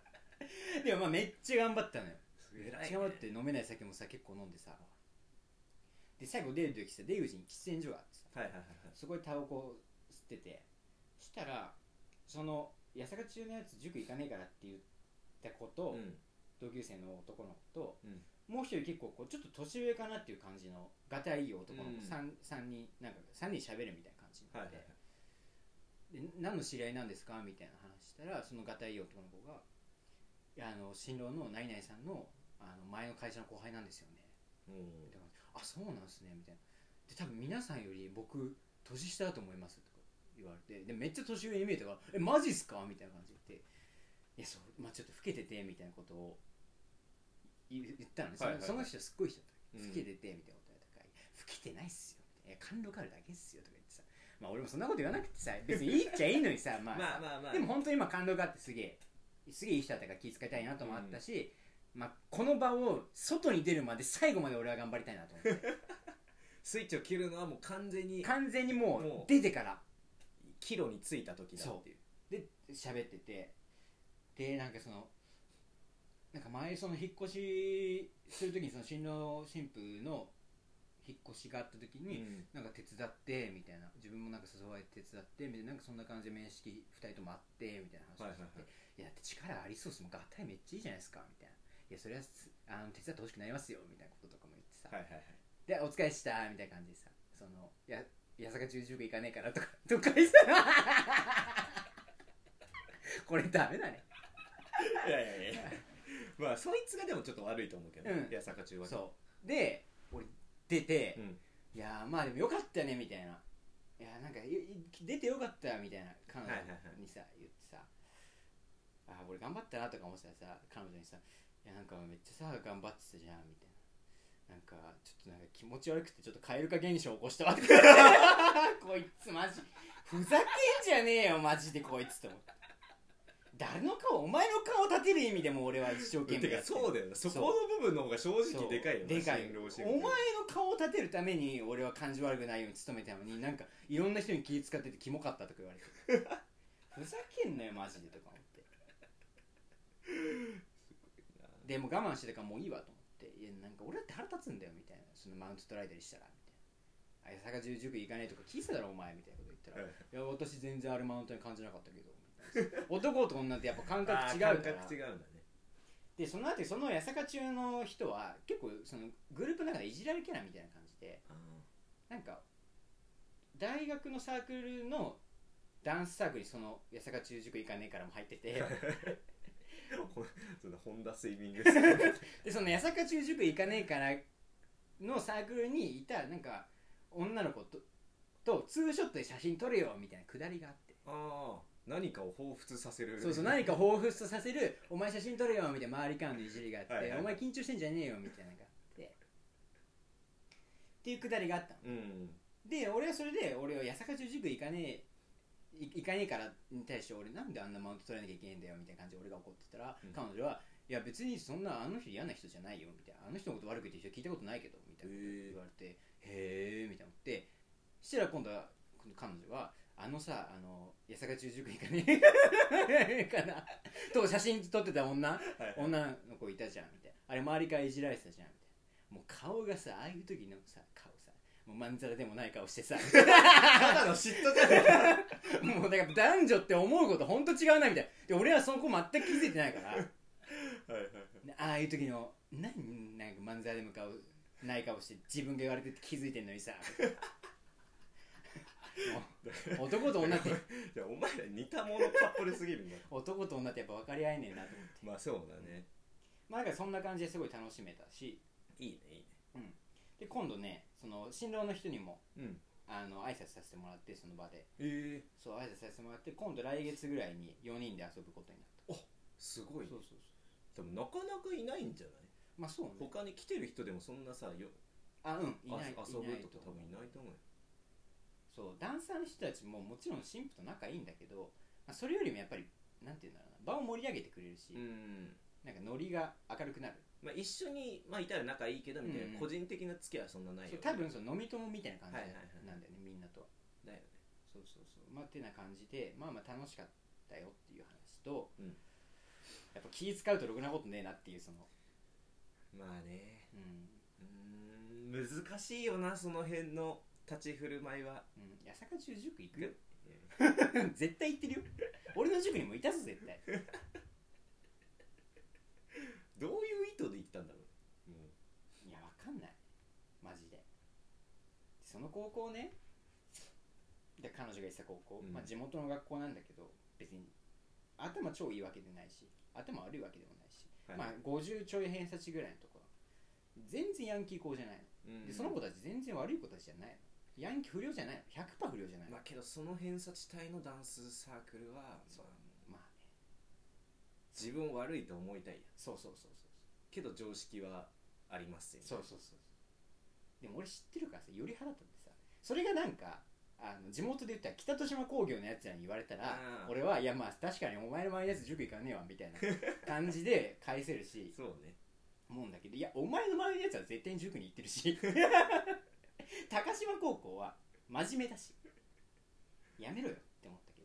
Speaker 1: でもまあめっちゃ頑張ったのよ。めっ
Speaker 2: 偉い
Speaker 1: ちゃ頑張って飲めない酒もさ、結構飲んでさ。で、最後出る時さ、出口に喫煙所があってさ、
Speaker 2: はいはいはい
Speaker 1: そこでタバコを吸ってて、したら、その、八坂中のやつ塾行かねえからって言った子と、
Speaker 2: はいうん
Speaker 1: 同級生の男の子と、
Speaker 2: うん
Speaker 1: もう一人結構こうちょっと年上かなっていう感じのがたいいい男の
Speaker 2: うん
Speaker 1: 子、三三人なんか三人喋るみたいな感じに
Speaker 2: はい
Speaker 1: な
Speaker 2: は
Speaker 1: っ
Speaker 2: い
Speaker 1: て、で何の知り合いなんですかみたいな話したらそのがたいいい男の子が「いやあの新郎の何々さんのあの前の会社の後輩なんですよね」
Speaker 2: も
Speaker 1: みたいな「あそうなんですね」みたいなで多分皆さんより僕年下だと思いますとか言われてでめっちゃ年上に見えたから「えマジっすか?」みたいな感じで言って「いやそう、まあ、ちょっと老けてて」みたいなことを言言ったのね、その
Speaker 2: はいはいはい
Speaker 1: その人すっごい人だった
Speaker 2: うん
Speaker 1: 老けてて」みたいなこと言われたからいや「老けてないっすよ」みたいな「いや貫禄あるだけっすよ」とか言ってさまあ俺もそんなこと言わなくてさ別にいいっちゃいいのにさま
Speaker 2: う
Speaker 1: あ
Speaker 2: まあまあまあ
Speaker 1: でも本当に今感動があってすげえすげえいい人だったから気遣いたいなともあったし、まあ、この場を外に出るまで最後まで俺は頑張りたいなと思 って
Speaker 2: スイッチを切るのはもう完全に
Speaker 1: 完全にも
Speaker 2: も
Speaker 1: う
Speaker 2: う
Speaker 1: 出てから
Speaker 2: 岐路に着いた時だっていう
Speaker 1: で喋っててでなんかそのなんか前その引っ越しする時にその新郎新婦の引っ越しがあった時
Speaker 2: う
Speaker 1: に、
Speaker 2: ん
Speaker 1: なんか手伝ってみたいな自分もなんか誘われて手伝ってみたいななんかそんな感じで面識2人ともあってみたいな話をしてて、
Speaker 2: はいはいはい
Speaker 1: いやだって力ありそうですもん合体めっちゃいいじゃないですかみたいないやそれはすあの手伝ってほしくなりますよみたいなこととかも言ってさ、
Speaker 2: はいはいはい
Speaker 1: でお疲れっしたみたいな感じでさそのや八坂中塾行かねえからとかとか言ってたこれダメだね
Speaker 2: いやいやいやまあそいつがでもちょっと悪いと思うけど、
Speaker 1: うん
Speaker 2: 八坂中は
Speaker 1: そうで俺出て、
Speaker 2: うん
Speaker 1: いやーまあでもよかったねみたいないやーなんかいい出てよかったみたいな彼女
Speaker 2: はいはいはい
Speaker 1: にさ言ってさあー俺頑張ったなとか思ってたらさ彼女にさ「いやなんかめっちゃさ頑張ってたじゃん」みたいななんかちょっとなんか気持ち悪くてちょっと蛙化現象起こした わってこいつマジふざけんじゃねえよマジでこいつと思って誰の顔お前の顔立てる意味でも俺は一生懸命
Speaker 2: て
Speaker 1: や
Speaker 2: か
Speaker 1: ってる
Speaker 2: そうだよなそこの部分の方が正直でかいよな
Speaker 1: でかい
Speaker 2: 新郎新
Speaker 1: お前
Speaker 2: 婦
Speaker 1: の顔を立てるために俺は感じ悪くないように努めたのになんかいろんな人に気使っててキモかったとか言われて ふざけんなよマジでとか思ってでもう我慢してたからもういいわと思っていやなんか俺だって腹立つんだよみたいなそのマウント取られたりしたらみたいなあ八坂中塾行かねえとか聞いてただろお前みたいなこと言ったら
Speaker 2: はい
Speaker 1: いや私全然あれマウントに感じなかったけどみたい男と女ってやっぱ感覚違うから
Speaker 2: あー感覚違うんだね
Speaker 1: でその後その八坂中の人は結構そのグループの中でいじられキャラみたいな感じで
Speaker 2: あ
Speaker 1: なんか大学のサークルのダンスサークルにその八坂中塾行かねえからも入って て
Speaker 2: ーほんそんなホンダスイミングスクール
Speaker 1: でその八坂中塾行かねえからのサークルにいたなんか女の子ととツーショットで写真撮れよみたいなくだりがあって
Speaker 2: ああ何かを彷彿させる
Speaker 1: そうそう何か彷彿とさせる「お前写真撮れよ」みたいな周りからのいじりがあって「
Speaker 2: はいはいはい
Speaker 1: お前緊張してんじゃねえよ」みたいなのがあってっていうくだりがあったの
Speaker 2: うん
Speaker 1: で俺はそれで俺は八坂中塾行かねえい行かねえからに対して俺なんであんなマウント取らなきゃいけないんだよみたいな感じで俺が怒ってたら、
Speaker 2: うん
Speaker 1: 彼女は「いや別にそんなあの人嫌な人じゃないよ」みたいな「あの人のこと悪く言ってる人聞いたことないけど」みたいなこと言われて「へえ」みたいな思ってそしたら今度は今度彼女は「あのさあの八坂中塾行かねえ かな」と写真撮ってた女
Speaker 2: はいはい
Speaker 1: 女の子いたじゃんみたいなあれ周りからいじられてたじゃんみたいなもう顔がさああいう時のさ顔さもうまんざらでもない顔してさ
Speaker 2: ただの嫉妬じゃないか
Speaker 1: もうだから男女って思うことほんと違うなみたいなで俺はその子全く気づいてないから
Speaker 2: はいはい
Speaker 1: でああいう時の何なんかまんざらでも顔ない顔して自分が言われてて気づいてんのにさもう男と女って
Speaker 2: じゃあお前ら似たものカップルすぎるんだ
Speaker 1: 男と女ってやっぱ分かり合えねえなと思って
Speaker 2: まあそうだね
Speaker 1: まあなんかそんな感じですごい楽しめたし
Speaker 2: いいねいいね
Speaker 1: で今度ねその新郎の人にも
Speaker 2: うん
Speaker 1: あの挨拶させてもらってその場で
Speaker 2: ええ
Speaker 1: そう挨拶させてもらって今度来月ぐらいに4人で遊ぶことになった
Speaker 2: すごいね
Speaker 1: そうそうそう
Speaker 2: でもなかなかいないんじゃない
Speaker 1: まあそうね
Speaker 2: 他に来てる人でもそんなさよ
Speaker 1: あうんい
Speaker 2: あ
Speaker 1: ない
Speaker 2: 遊ぶとか多
Speaker 1: 思う
Speaker 2: 分いないと思うよ
Speaker 1: そうダンサーの人たちももちろん新婦と仲いいんだけど、まあ、それよりもやっぱりなんていうんだろうな場を盛り上げてくれるし、
Speaker 2: うん
Speaker 1: なんかノリが明るくなる
Speaker 2: まあ一緒にまあいたら仲いいけどみたい
Speaker 1: うん
Speaker 2: な個人的な付き合いはそんなない
Speaker 1: そ
Speaker 2: よ
Speaker 1: う多分その飲み友みたいな感じ
Speaker 2: はいはいはい
Speaker 1: なんだよねみんなとは
Speaker 2: だよね
Speaker 1: そうそうそうまあってな感じでまあまあ楽しかったよっていう話と、
Speaker 2: うん
Speaker 1: やっぱ気使うとろくなことねえなっていうその
Speaker 2: まあね
Speaker 1: うん
Speaker 2: うーん難しいよなその辺の立ち振る舞いは
Speaker 1: うん八坂中塾行くよ
Speaker 2: いや
Speaker 1: 絶対行ってるよ俺の塾にもいたぞ絶対
Speaker 2: どういう意図で言ったんだろうも
Speaker 1: いやわかんないマジでその高校ねで彼女が行ってた高校、
Speaker 2: うん
Speaker 1: まあ、地元の学校なんだけど別に頭超いいわけでないし頭悪いわけでもないし、
Speaker 2: う、
Speaker 1: まあ
Speaker 2: はい
Speaker 1: 50ちょい偏差値ぐらいのところ全然ヤンキー校じゃないの
Speaker 2: うん
Speaker 1: でその子たち全然悪い子たちじゃないのヤンキー不良じゃないの100%不良じゃないの、
Speaker 2: まあけどその偏差値帯のダンスサークルは、まあ
Speaker 1: そうまあね
Speaker 2: 自分を悪いと思いたいや
Speaker 1: そうそうそうそう
Speaker 2: けど常識はありますよね
Speaker 1: そうそうそうでも俺知ってるからさより腹立ってさそれがなんかあの地元で言ったら北豊島工業のやつらに言われたら
Speaker 2: あー
Speaker 1: 俺はいやまあ確かにお前の前のやつ塾行かねえわみたいな感じで返せるし
Speaker 2: そうね
Speaker 1: 思うんだけどいやお前の前のやつは絶対に塾に行ってるし高島高校は真面目だしやめろよって思ったけ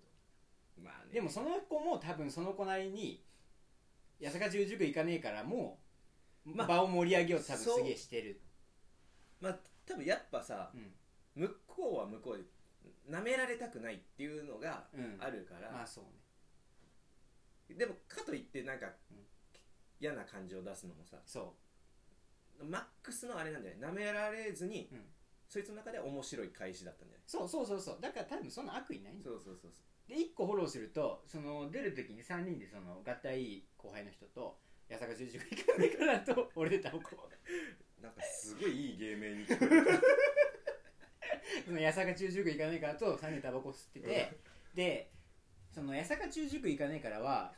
Speaker 1: ど
Speaker 2: まあね
Speaker 1: でもその子も多分その子なりに八坂中塾行かねえからもう、
Speaker 2: まあ
Speaker 1: 場を盛り上げようと多
Speaker 2: そ
Speaker 1: 分
Speaker 2: う
Speaker 1: すげえしてる
Speaker 2: まあ多分やっぱさ
Speaker 1: う、ん
Speaker 2: 向こうは向こうで舐められたくないっていうのが
Speaker 1: うん
Speaker 2: あるから、
Speaker 1: まあそうね
Speaker 2: でもかといってなんか、
Speaker 1: うん
Speaker 2: 嫌な感じを出すのもさ
Speaker 1: そ
Speaker 2: マックスのあれなんじゃない舐められずに、
Speaker 1: うん
Speaker 2: そいつの中で面白い返しだったんじゃな
Speaker 1: うそうそうそうそうだから多分そんな悪意ないん
Speaker 2: い
Speaker 1: だ
Speaker 2: そうそうそう
Speaker 1: で1個フォローするとその出る時に3人でその合体いい後輩の人と八坂十字軍行かねえからと 俺出た方向
Speaker 2: なんかすごいいい芸名に聞こえる
Speaker 1: その八坂中塾行かねえからと3人でタバコ吸っててでその八坂中塾行かねえからは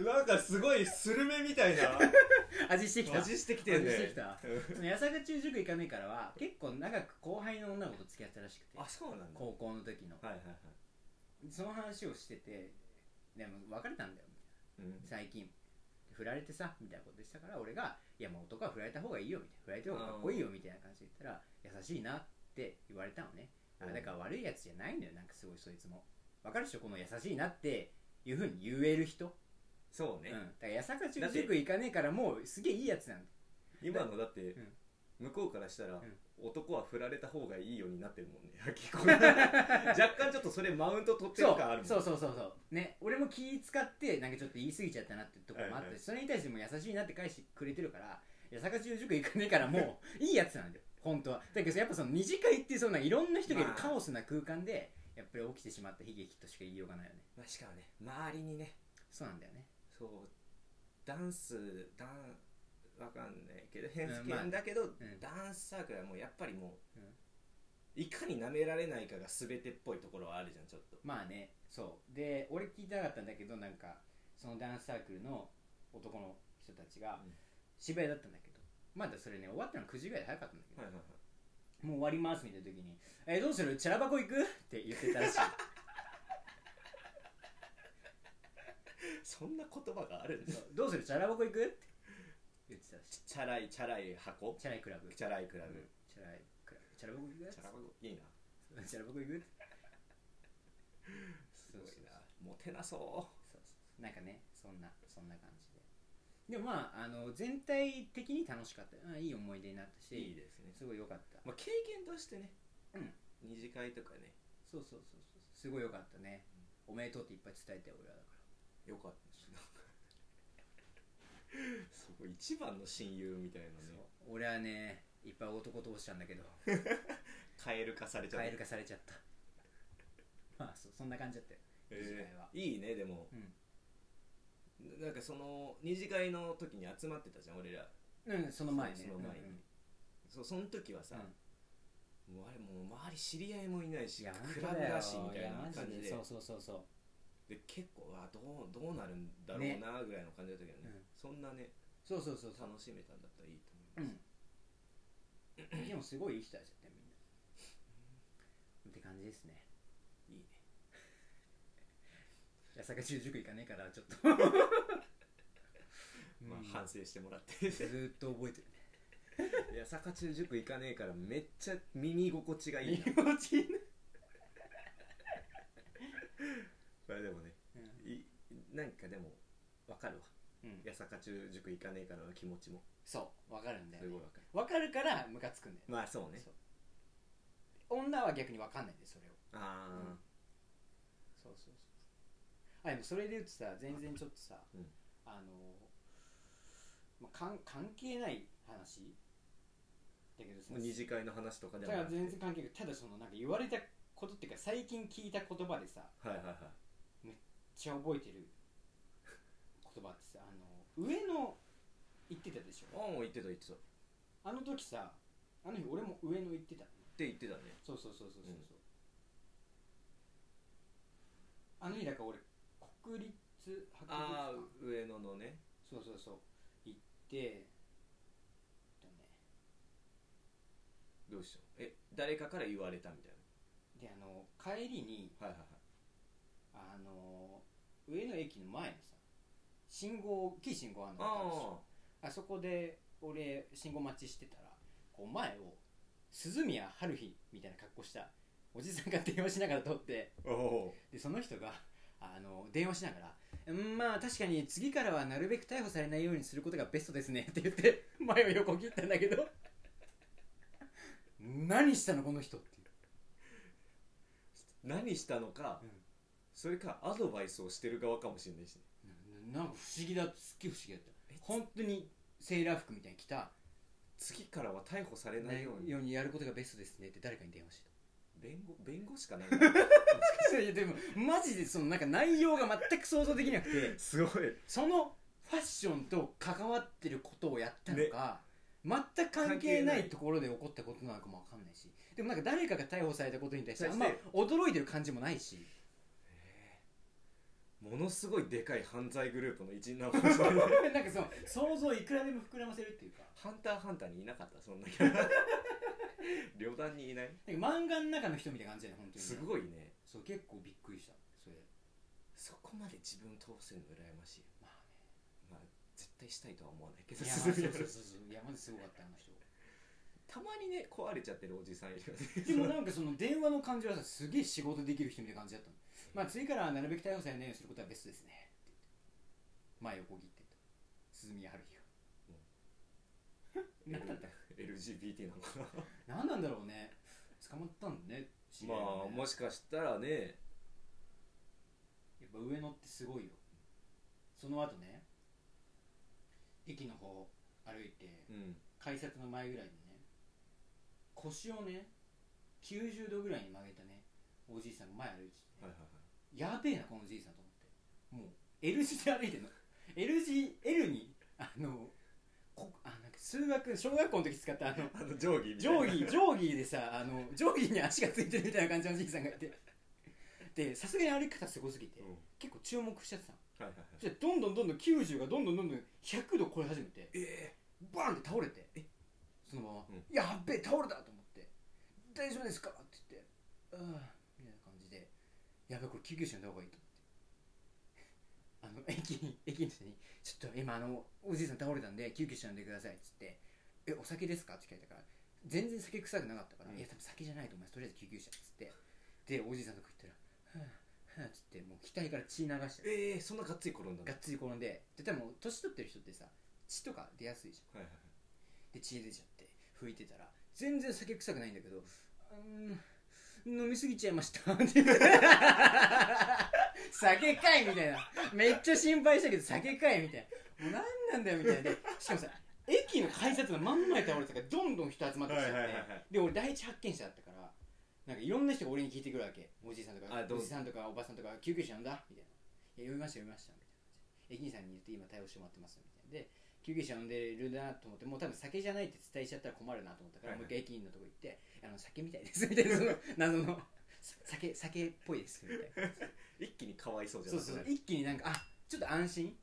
Speaker 2: なんかすごいスルメみたい な
Speaker 1: 味してきた
Speaker 2: 味してきてるね
Speaker 1: 味してきた
Speaker 2: う
Speaker 1: その八坂中塾行かねえからは結構長く後輩の女の子と付き合ってたらしくて
Speaker 2: んあそうなんだは
Speaker 1: 高校の時の
Speaker 2: いはいはい、
Speaker 1: その話をしててでも別れたんだよ
Speaker 2: うん
Speaker 1: 最近振られてさみたいなことしたから俺が「いやもう男は振られた方がいいよ」みたいな「振られた方がかっこいいよ」みたいな感じで言ったら「優しいな」って言われたのねあ
Speaker 2: うん
Speaker 1: だから悪いやつじゃないんだよなんかすごいそいつもわかるでしょこの「優しいな」っていうふうに言える人、
Speaker 2: そう
Speaker 1: う
Speaker 2: ね、
Speaker 1: ん、だから八坂中塾行かねえからもうすげえいいやつなんだ
Speaker 2: 今のだって、
Speaker 1: ん
Speaker 2: 向こうからしたら、
Speaker 1: ん
Speaker 2: 男は振られた方がいいようになってるもんね結構 若干ちょっとそれマウント取って
Speaker 1: そ
Speaker 2: る
Speaker 1: う
Speaker 2: 感あるもん
Speaker 1: そうそうそうそうね俺も気使ってなんかちょっと言い過ぎちゃったなってところもあって、
Speaker 2: はいはい
Speaker 1: それに対しても優しいなって返してくれてるからいや坂中塾行かねえからも ういいやつなんだよ本当はだけどやっぱその二次会ってそんないろんな人がいる
Speaker 2: まあ
Speaker 1: カオスな空間でやっぱり起きてしまった悲劇としか言いようがないよね
Speaker 2: まあ、しかもね周りにね
Speaker 1: そうなんだよね
Speaker 2: そうダンスダンわかんないけど変
Speaker 1: うんまあ
Speaker 2: 変だけど、
Speaker 1: ん
Speaker 2: ダンスサークルはもうやっぱりもう、
Speaker 1: うん
Speaker 2: いかに舐められないかが全てっぽいところはあるじゃんちょっと
Speaker 1: まあねそうで俺聞いてなかったんだけどなんかそのダンスサークルの男の人たちが
Speaker 2: うん
Speaker 1: 渋谷だったんだけどまだそれね終わったの9時ぐらいで早かったんだけど、
Speaker 2: はいはいはい
Speaker 1: もう終わりますみたいな時に「えーどうするチャラ箱行く?」って言ってたら しい
Speaker 2: そんな言葉があるんです
Speaker 1: そうどうするチャラ箱行く?」って言ってたらしい
Speaker 2: チャラいチャラい箱
Speaker 1: チャラいクラブ
Speaker 2: チャラいクラブ、
Speaker 1: うんチャラいクラブチャラ箱行く
Speaker 2: チャラ箱いいな
Speaker 1: チャラ箱行く
Speaker 2: す
Speaker 1: そ
Speaker 2: ご
Speaker 1: う
Speaker 2: い
Speaker 1: そうそう
Speaker 2: なモテなそ
Speaker 1: そうそうなんかねそんなそんな感じででもまああの全体的に楽しかったあいい思い出になった
Speaker 2: う
Speaker 1: し
Speaker 2: いいですね、
Speaker 1: すごい良かった
Speaker 2: まあ、経験としてね、
Speaker 1: うん
Speaker 2: 二次会とかね
Speaker 1: そうそうそうそうすごい良かったね、おめでとうっていっぱい伝えて俺はだか
Speaker 2: よ かったですなんかすごい一番の親友みたいなね
Speaker 1: ら、そう俺はねいっぱい男通したんだ けど
Speaker 2: 蛙化されちゃった
Speaker 1: 蛙化されちゃった まあそそんな感じだったよ二次会は
Speaker 2: えーいいねでも
Speaker 1: うん
Speaker 2: なんかその二次会の時に集まってたじゃん俺ら
Speaker 1: うん、その前ね。
Speaker 2: そうその前にそうその時は
Speaker 1: う
Speaker 2: さ
Speaker 1: ん、
Speaker 2: もうあれもう周り知り合いもいないし
Speaker 1: いや、
Speaker 2: ク
Speaker 1: 本
Speaker 2: ラ
Speaker 1: 当
Speaker 2: ブ
Speaker 1: だよ
Speaker 2: だしみたい
Speaker 1: やマ
Speaker 2: な
Speaker 1: ジ
Speaker 2: 感じで
Speaker 1: そうそうそうそう。
Speaker 2: で結構わあどうどうなるんだろう
Speaker 1: ね
Speaker 2: なぐらいの感じだったけどね
Speaker 1: うん
Speaker 2: そんなね
Speaker 1: そうそうそうそう。
Speaker 2: 楽しめたんだったらいいと
Speaker 1: う
Speaker 2: 思いま
Speaker 1: ん。でもすごいいい人たちだったよ、みんな。って感じですね。
Speaker 2: すいい ね
Speaker 1: いや、坂中塾行かねえから、ちょっと。
Speaker 2: ま
Speaker 1: うん
Speaker 2: あ反省してもらって
Speaker 1: ずーっと覚え てるね。
Speaker 2: いや坂中塾行かねえからめっちゃ耳心地がいいな
Speaker 1: 心地いいな
Speaker 2: まあでもねいなんかでもわかるわ
Speaker 1: うん
Speaker 2: いや坂中塾行かねえからの気持ちも
Speaker 1: そう、わかるんだよ
Speaker 2: す
Speaker 1: ね。
Speaker 2: ごいわかる
Speaker 1: わかるから、ムカつくんだよね。
Speaker 2: まあそうね
Speaker 1: そう女は逆にわかんないんで、それを。
Speaker 2: ああ、
Speaker 1: うんそうそうそうあでもそれで言うとさ全然ちょっとさ、
Speaker 2: うん
Speaker 1: あのまあ、かん関係ない話だけどさ
Speaker 2: もう二次会の話とかで
Speaker 1: だか
Speaker 2: も
Speaker 1: ら全然関係ないただそのなんか言われたことっていうか最近聞いた言葉でさめっ
Speaker 2: はいはいはい
Speaker 1: ちゃ覚えてる言葉ってさあの上野行ってたでしょ
Speaker 2: ああもう言ってた言ってたっ
Speaker 1: あの時さあの日俺も上野行ってたの
Speaker 2: て言ってたね
Speaker 1: そうそうそうそうそう
Speaker 2: うん
Speaker 1: そう、あの日だから俺国立博物
Speaker 2: あ
Speaker 1: 館
Speaker 2: あ上野のね
Speaker 1: そうそうそう行ってだね
Speaker 2: どうしたのえ誰かから言われたみたい
Speaker 1: であの帰りに
Speaker 2: なはいはい
Speaker 1: あの上野駅の前のさ信号大きい信号あるの分かるでし
Speaker 2: は
Speaker 1: ょあそこで俺信号待ちしてたらこう前を鈴宮春日みたいな格好したおじさんが電話しながら通って
Speaker 2: いああお
Speaker 1: でその人があの電話しながら「うんまあ確かに次からはなるべく逮捕されないようにすることがベストですね」って言って前を横切ったんだけど何したのこの人っていう、
Speaker 2: 何したのかそれかアドバイスをしてる側かもしれないしね
Speaker 1: ななんか不思議だすっげえ不思議だった本当にセーラー服みたいに着た
Speaker 2: 次からは逮捕されないように
Speaker 1: ようにやることがベストですねって誰かに電話して
Speaker 2: 弁護弁護士かなんか
Speaker 1: たいやでもマジでそのなんか内容が全く想像できなくて
Speaker 2: すごい
Speaker 1: そのファッションと関わってることをやったのか、全く関係ないところで起こったことなのかもわかんないしでもなんか誰かが逮捕されたことに対してあんま
Speaker 2: 対して
Speaker 1: 驚いてる感じもない し
Speaker 2: ものすごいでかい犯罪グループの一員なのかもし れない
Speaker 1: なんかその想像をいくらでも膨らませるっていうか
Speaker 2: ハンターハンターにいなかったそんな 旅団にいない
Speaker 1: なんか漫画の中の人みたいな感じだよね本当に
Speaker 2: すごいね
Speaker 1: そう結構びっくりしたそれ
Speaker 2: そこまで自分通せるの羨ましい
Speaker 1: まあ
Speaker 2: まあ絶対したいとは思わ ないけど
Speaker 1: ねいやそうそうそう
Speaker 2: 鈴
Speaker 1: そういやまずすごかったあの人
Speaker 2: 木たまにね壊れちゃってるおじさんいるよね
Speaker 1: でもなんかその電話の感じはさすげえ仕事できる人みたいな感じだったのまあ次からはなるべく逮捕されないようにすることはベストですねって言って前横切ってった鈴宮春日が
Speaker 2: うん
Speaker 1: 何だった
Speaker 2: LG LGBT なのかな
Speaker 1: 何なんだろうね捕まったんだね知り合い
Speaker 2: ま
Speaker 1: の
Speaker 2: あ
Speaker 1: ね
Speaker 2: もしかしたらね
Speaker 1: やっぱ上野ってすごいよその後ね駅の方歩いて
Speaker 2: うん
Speaker 1: 改札の前ぐらいにね腰をね90度ぐらいに曲げたねおじいさんが前歩いてて、
Speaker 2: はいはいはい
Speaker 1: やべえなこのおじいさんと思ってもう L 字で歩いてんの L 字 L にあのこあなんか数学小学校の時使ったあの
Speaker 2: あの定規みたいな
Speaker 1: 定規定規でさあの定規に足がついてるみたいな感じのおじいさんがいてでさすがに歩き方すごすぎて、
Speaker 2: うん
Speaker 1: 結構注目しちゃってたの
Speaker 2: はいはいはい
Speaker 1: そしたらどんどんどんどん90がどんどんどんどん100度超え始めて
Speaker 2: え
Speaker 1: バーンって倒れてそのまま「
Speaker 2: うん
Speaker 1: やっべえ倒れた!」と思って「大丈夫ですか?」って言って「ああ」みたいな感じで「やべえこれ救急車呼んだ方がいい」と思ってあの駅に駅の人に「ちょっと今あのおじいさん倒れたんで救急車呼んでください」っつって「えお酒ですか?」って聞かれたから全然酒臭くなかったから「
Speaker 2: うん
Speaker 1: いや多分酒じゃないと思いますとりあえず救急車」っつってでおじいさんのとこ行ったら「はあはあ」っつってもう額から血流して
Speaker 2: えええそんながっつり転んだの
Speaker 1: がっつり転んでで多分年取ってる人ってさ血とか出やすいじゃん
Speaker 2: はいはい
Speaker 1: で血出ちゃって拭いてたら全然酒臭くないんだけど「うーん飲みすぎちゃいました」 って言って酒かいみたいなめっちゃ心配したけど酒かいみたいなもう何なんだよみたいなでしかもさ駅の改札の真ん前に倒れてたからどんどん人集まってきちゃって、
Speaker 2: はいはいはいはい
Speaker 1: で俺第一発見者だったからなんかいろんな人が俺に聞いてくるわけおじいさんとか
Speaker 2: あど
Speaker 1: お
Speaker 2: う
Speaker 1: じさんとかおばさんとか救急車呼んだみたいな「いや呼びました呼びました」みたいな駅員さんに言って今対応してもらってますみたいなで救急車呼んでるなと思ってもう多分酒じゃないって伝えちゃったら困るなと思ったから、
Speaker 2: は
Speaker 1: も
Speaker 2: いはい
Speaker 1: う一回駅員のとこ行って「あの酒みたいです」 みたいなその謎の酒酒っぽいですみたいな
Speaker 2: 一気にかわい そうじゃ
Speaker 1: そ
Speaker 2: な
Speaker 1: う
Speaker 2: く
Speaker 1: そう
Speaker 2: な
Speaker 1: そう
Speaker 2: い
Speaker 1: 一気になんかあちょっと安心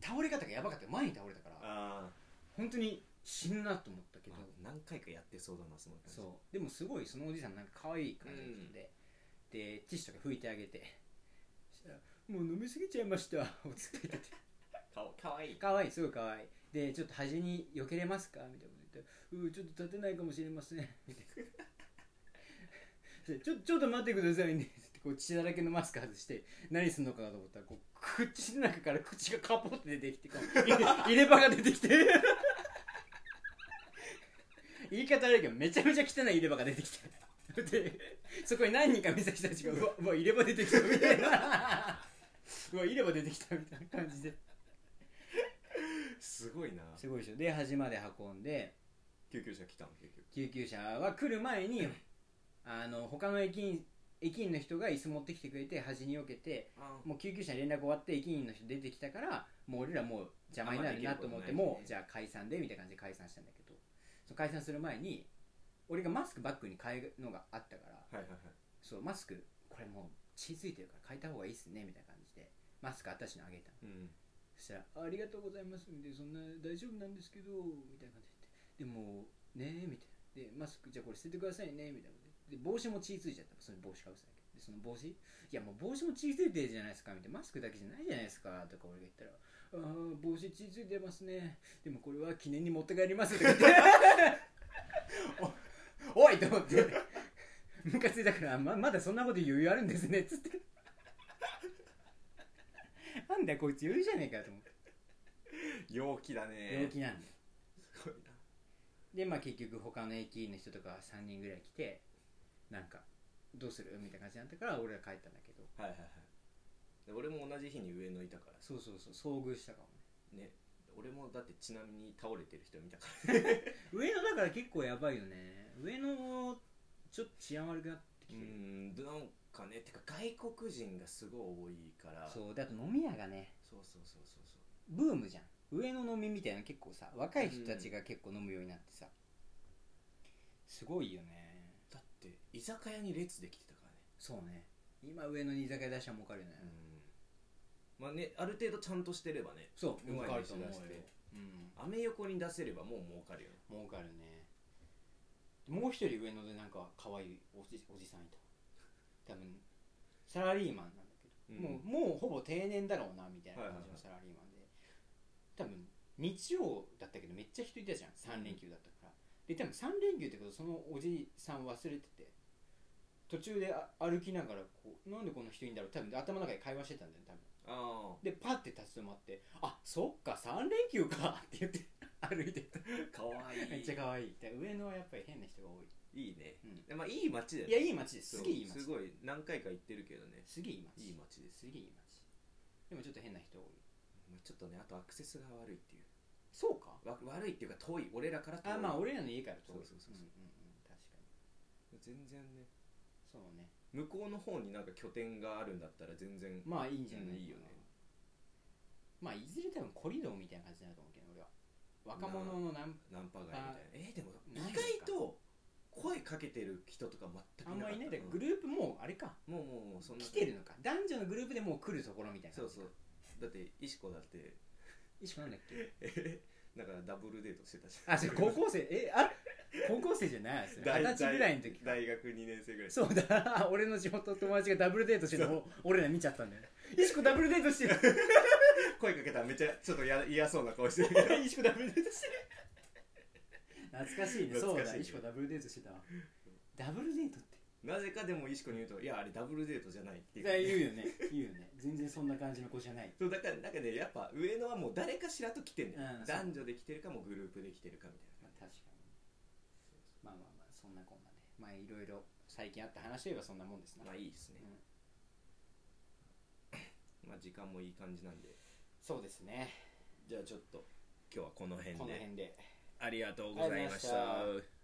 Speaker 1: 倒れ方がやばかった前に倒れたから
Speaker 2: あ
Speaker 1: 本当に死ぬなと思った
Speaker 2: ー
Speaker 1: けど、
Speaker 2: まあ何回かやってそうだなその感じ
Speaker 1: そうでもすごいそのおじさんなんか可愛い感じの人で、でティッシュとか拭いてあげてそしたら「もう飲みすぎちゃいました」をつって言ってて
Speaker 2: かわかわいい
Speaker 1: 可愛いすごい可愛いでちょっと端に避けれますかみたいなこと言って「うーちょっと立てないかもしれません」 みたいなでちょ「ちょっと待ってくださいね」ってこう血だらけのマスク外して何すんのかなと思ったらこう口の中から口がカポって出てきてこう入れ 入れ歯が出てきて 言い方悪いけどめちゃめちゃ汚い入れ歯が出てきてでそこに何人か美咲たちが「うわうわ入れ歯出てきた」 みたいな「うわ入れ歯出てきた」みたいな感じです
Speaker 2: ごいな
Speaker 1: すごいでしょで端まで運んで
Speaker 2: 救急車来たの結局
Speaker 1: 救急車は来る前にあの他の駅員駅員の人が椅子持ってきてくれて端に避けて
Speaker 2: あ
Speaker 1: もう救急車に連絡終わって駅員の人出てきたからもう俺らもう邪魔になるなと思って
Speaker 2: あんまできることないね
Speaker 1: もうじゃあ解散でみたいな感じで解散したんだけどその解散する前に俺がマスクバッグに変えるのがあったから
Speaker 2: はいはいはい
Speaker 1: そうマスクこれもう血ついてるから変えた方がいいっすねみたいな感じでマスク私にあげたの
Speaker 2: うん
Speaker 1: そしたら「ありがとうございます」みたいな「そんな大丈夫なんですけど」みたいな感じで言って「でもねえ」みたいな「でマスクじゃあこれ捨ててくださいね」みたいなことでで帽子も血ついちゃったその帽子かぶせたけどでその帽子「いやもう帽子も血ついてるじゃないですか」みたいな「マスクだけじゃないじゃないですか」とか俺が言ったら「ああ帽子血ついてますねでもこれは記念に持って帰ります」とか言って 「おおい!」と思ってムカついたからままだそんなこと余裕あるんですねっつってなんだよこいつ余裕じゃねえかと思って
Speaker 2: 陽気だね
Speaker 1: 陽気なんだよ
Speaker 2: すごいな
Speaker 1: でまあ結局他の駅員の人とか3人ぐらい来てなんかどうするみたいな感じになったから俺ら帰ったんだけど
Speaker 2: はいはいはいで俺も同じ日に上野いたから
Speaker 1: そうそうそう遭遇したかもね
Speaker 2: ね俺もだってちなみに倒れてる人見たか
Speaker 1: 上野だから結構やばいよね上野ちょっと治安悪くなってき
Speaker 2: らう
Speaker 1: てる、
Speaker 2: んなんかねてか外国人がすごい多いから
Speaker 1: そうであと飲み屋がね
Speaker 2: そうそうそうそうそう
Speaker 1: ブームじゃん上野飲みみたいなの結構さ若い人たちが結構飲むようになってさ、すごいよね
Speaker 2: だって居酒屋に列できてたからね
Speaker 1: そうね今上野に居酒屋出したら儲かるよね、
Speaker 2: うんまあねある程度ちゃんとしてればね
Speaker 1: そう
Speaker 2: うま
Speaker 1: 儲か
Speaker 2: い
Speaker 1: ると思うよ
Speaker 2: 飯出して、
Speaker 1: うん、
Speaker 2: アメ横に出せればもう儲かるよね
Speaker 1: 儲かるねもう一人上野でなんか可愛いおじおじさんいた多分サラリーマンなんだけど、
Speaker 2: うん
Speaker 1: もうもうほぼ定年だろうなみたいな感じのサラリーマンで、多分日曜だったけどめっちゃ人いたじゃん3連休だったから、で多分3連休ってことそのおじさん忘れてて途中であ歩きながらこうなんでこんな人いんだろう多分頭の中で会話してたんだよ多分
Speaker 2: ああ
Speaker 1: でパッて立ち止まって「あそっか3連休か」って言ってあ歩いてた
Speaker 2: かわいい
Speaker 1: めっちゃ可愛いだから上野はやっぱり変な人が多い、
Speaker 2: いいね
Speaker 1: うん
Speaker 2: でまあいい街だよ
Speaker 1: いやいい街ですすげえいい
Speaker 2: そ
Speaker 1: 街
Speaker 2: うすごい何回か行ってるけどね
Speaker 1: すげえいい街
Speaker 2: いい街で
Speaker 1: す
Speaker 2: す、
Speaker 1: げえいい街でもちょっと変な人多い
Speaker 2: まあ、ちょっとねあとアクセスが悪いってい
Speaker 1: そうか
Speaker 2: うわ悪いっていうか遠い俺らから遠い
Speaker 1: あまあ俺らの家から遠い
Speaker 2: そうそうそうそうん
Speaker 1: んうん、確かに
Speaker 2: 全然ね
Speaker 1: そうね
Speaker 2: 向こうの方になんか拠点があるんだったら全然
Speaker 1: まあいいんじゃないかな、
Speaker 2: うんいいよね
Speaker 1: まあいずれ多分コリドーみたいな感じになると思うけど俺は若者のなん
Speaker 2: ナンパ街みたいな
Speaker 1: あ
Speaker 2: えーでも
Speaker 1: ないの
Speaker 2: 意
Speaker 1: か
Speaker 2: 外と声かけてる人とか全く
Speaker 1: あんまいないだか
Speaker 2: か
Speaker 1: ららグループもうあれか
Speaker 2: もうもうもうそんな
Speaker 1: 来てるのか男女のグループでもう来るところみたいな
Speaker 2: そ
Speaker 1: 感
Speaker 2: う
Speaker 1: じか
Speaker 2: そうだって石子だって
Speaker 1: 一緒なんだっけ
Speaker 2: えだからダブルデートしてたじゃん
Speaker 1: あそれ高校生えあ高校生じゃ ないそれ
Speaker 2: 大
Speaker 1: 二十歳ぐらいの時か
Speaker 2: 大学2年生ぐらい
Speaker 1: そうだ俺の地元の友達がダブルデートしてるのを俺ら見ちゃったんだよ石子ダブルデートしてる
Speaker 2: 声かけたらめっちゃちょっとや嫌そうな顔して る
Speaker 1: 石子ダブルデートしてる懐かしいねそう
Speaker 2: 懐か
Speaker 1: だ
Speaker 2: しいね
Speaker 1: 石子ダブルデートしてたわダブルデートって
Speaker 2: なぜかでも石子に言うと「いやあれダブルデートじゃない」って
Speaker 1: い
Speaker 2: い
Speaker 1: や言
Speaker 2: う
Speaker 1: うよね言うよね全然そんな感じの子じゃない
Speaker 2: そうだからなんかねやっぱ上野はもう誰かしらと来てんだよ、
Speaker 1: うん
Speaker 2: 男女で来てるかもうグループで来てるかみたいな
Speaker 1: まあ確かにまあまあまあそんなこんなでまあいろいろ最近あった話といえばそんなもんですな、
Speaker 2: まあいいですね、 まあ時間もいい感じなんで
Speaker 1: そうですね
Speaker 2: じゃあちょっと今日はこの辺で
Speaker 1: この辺で
Speaker 2: ありがとう
Speaker 1: ございましたありがとうございました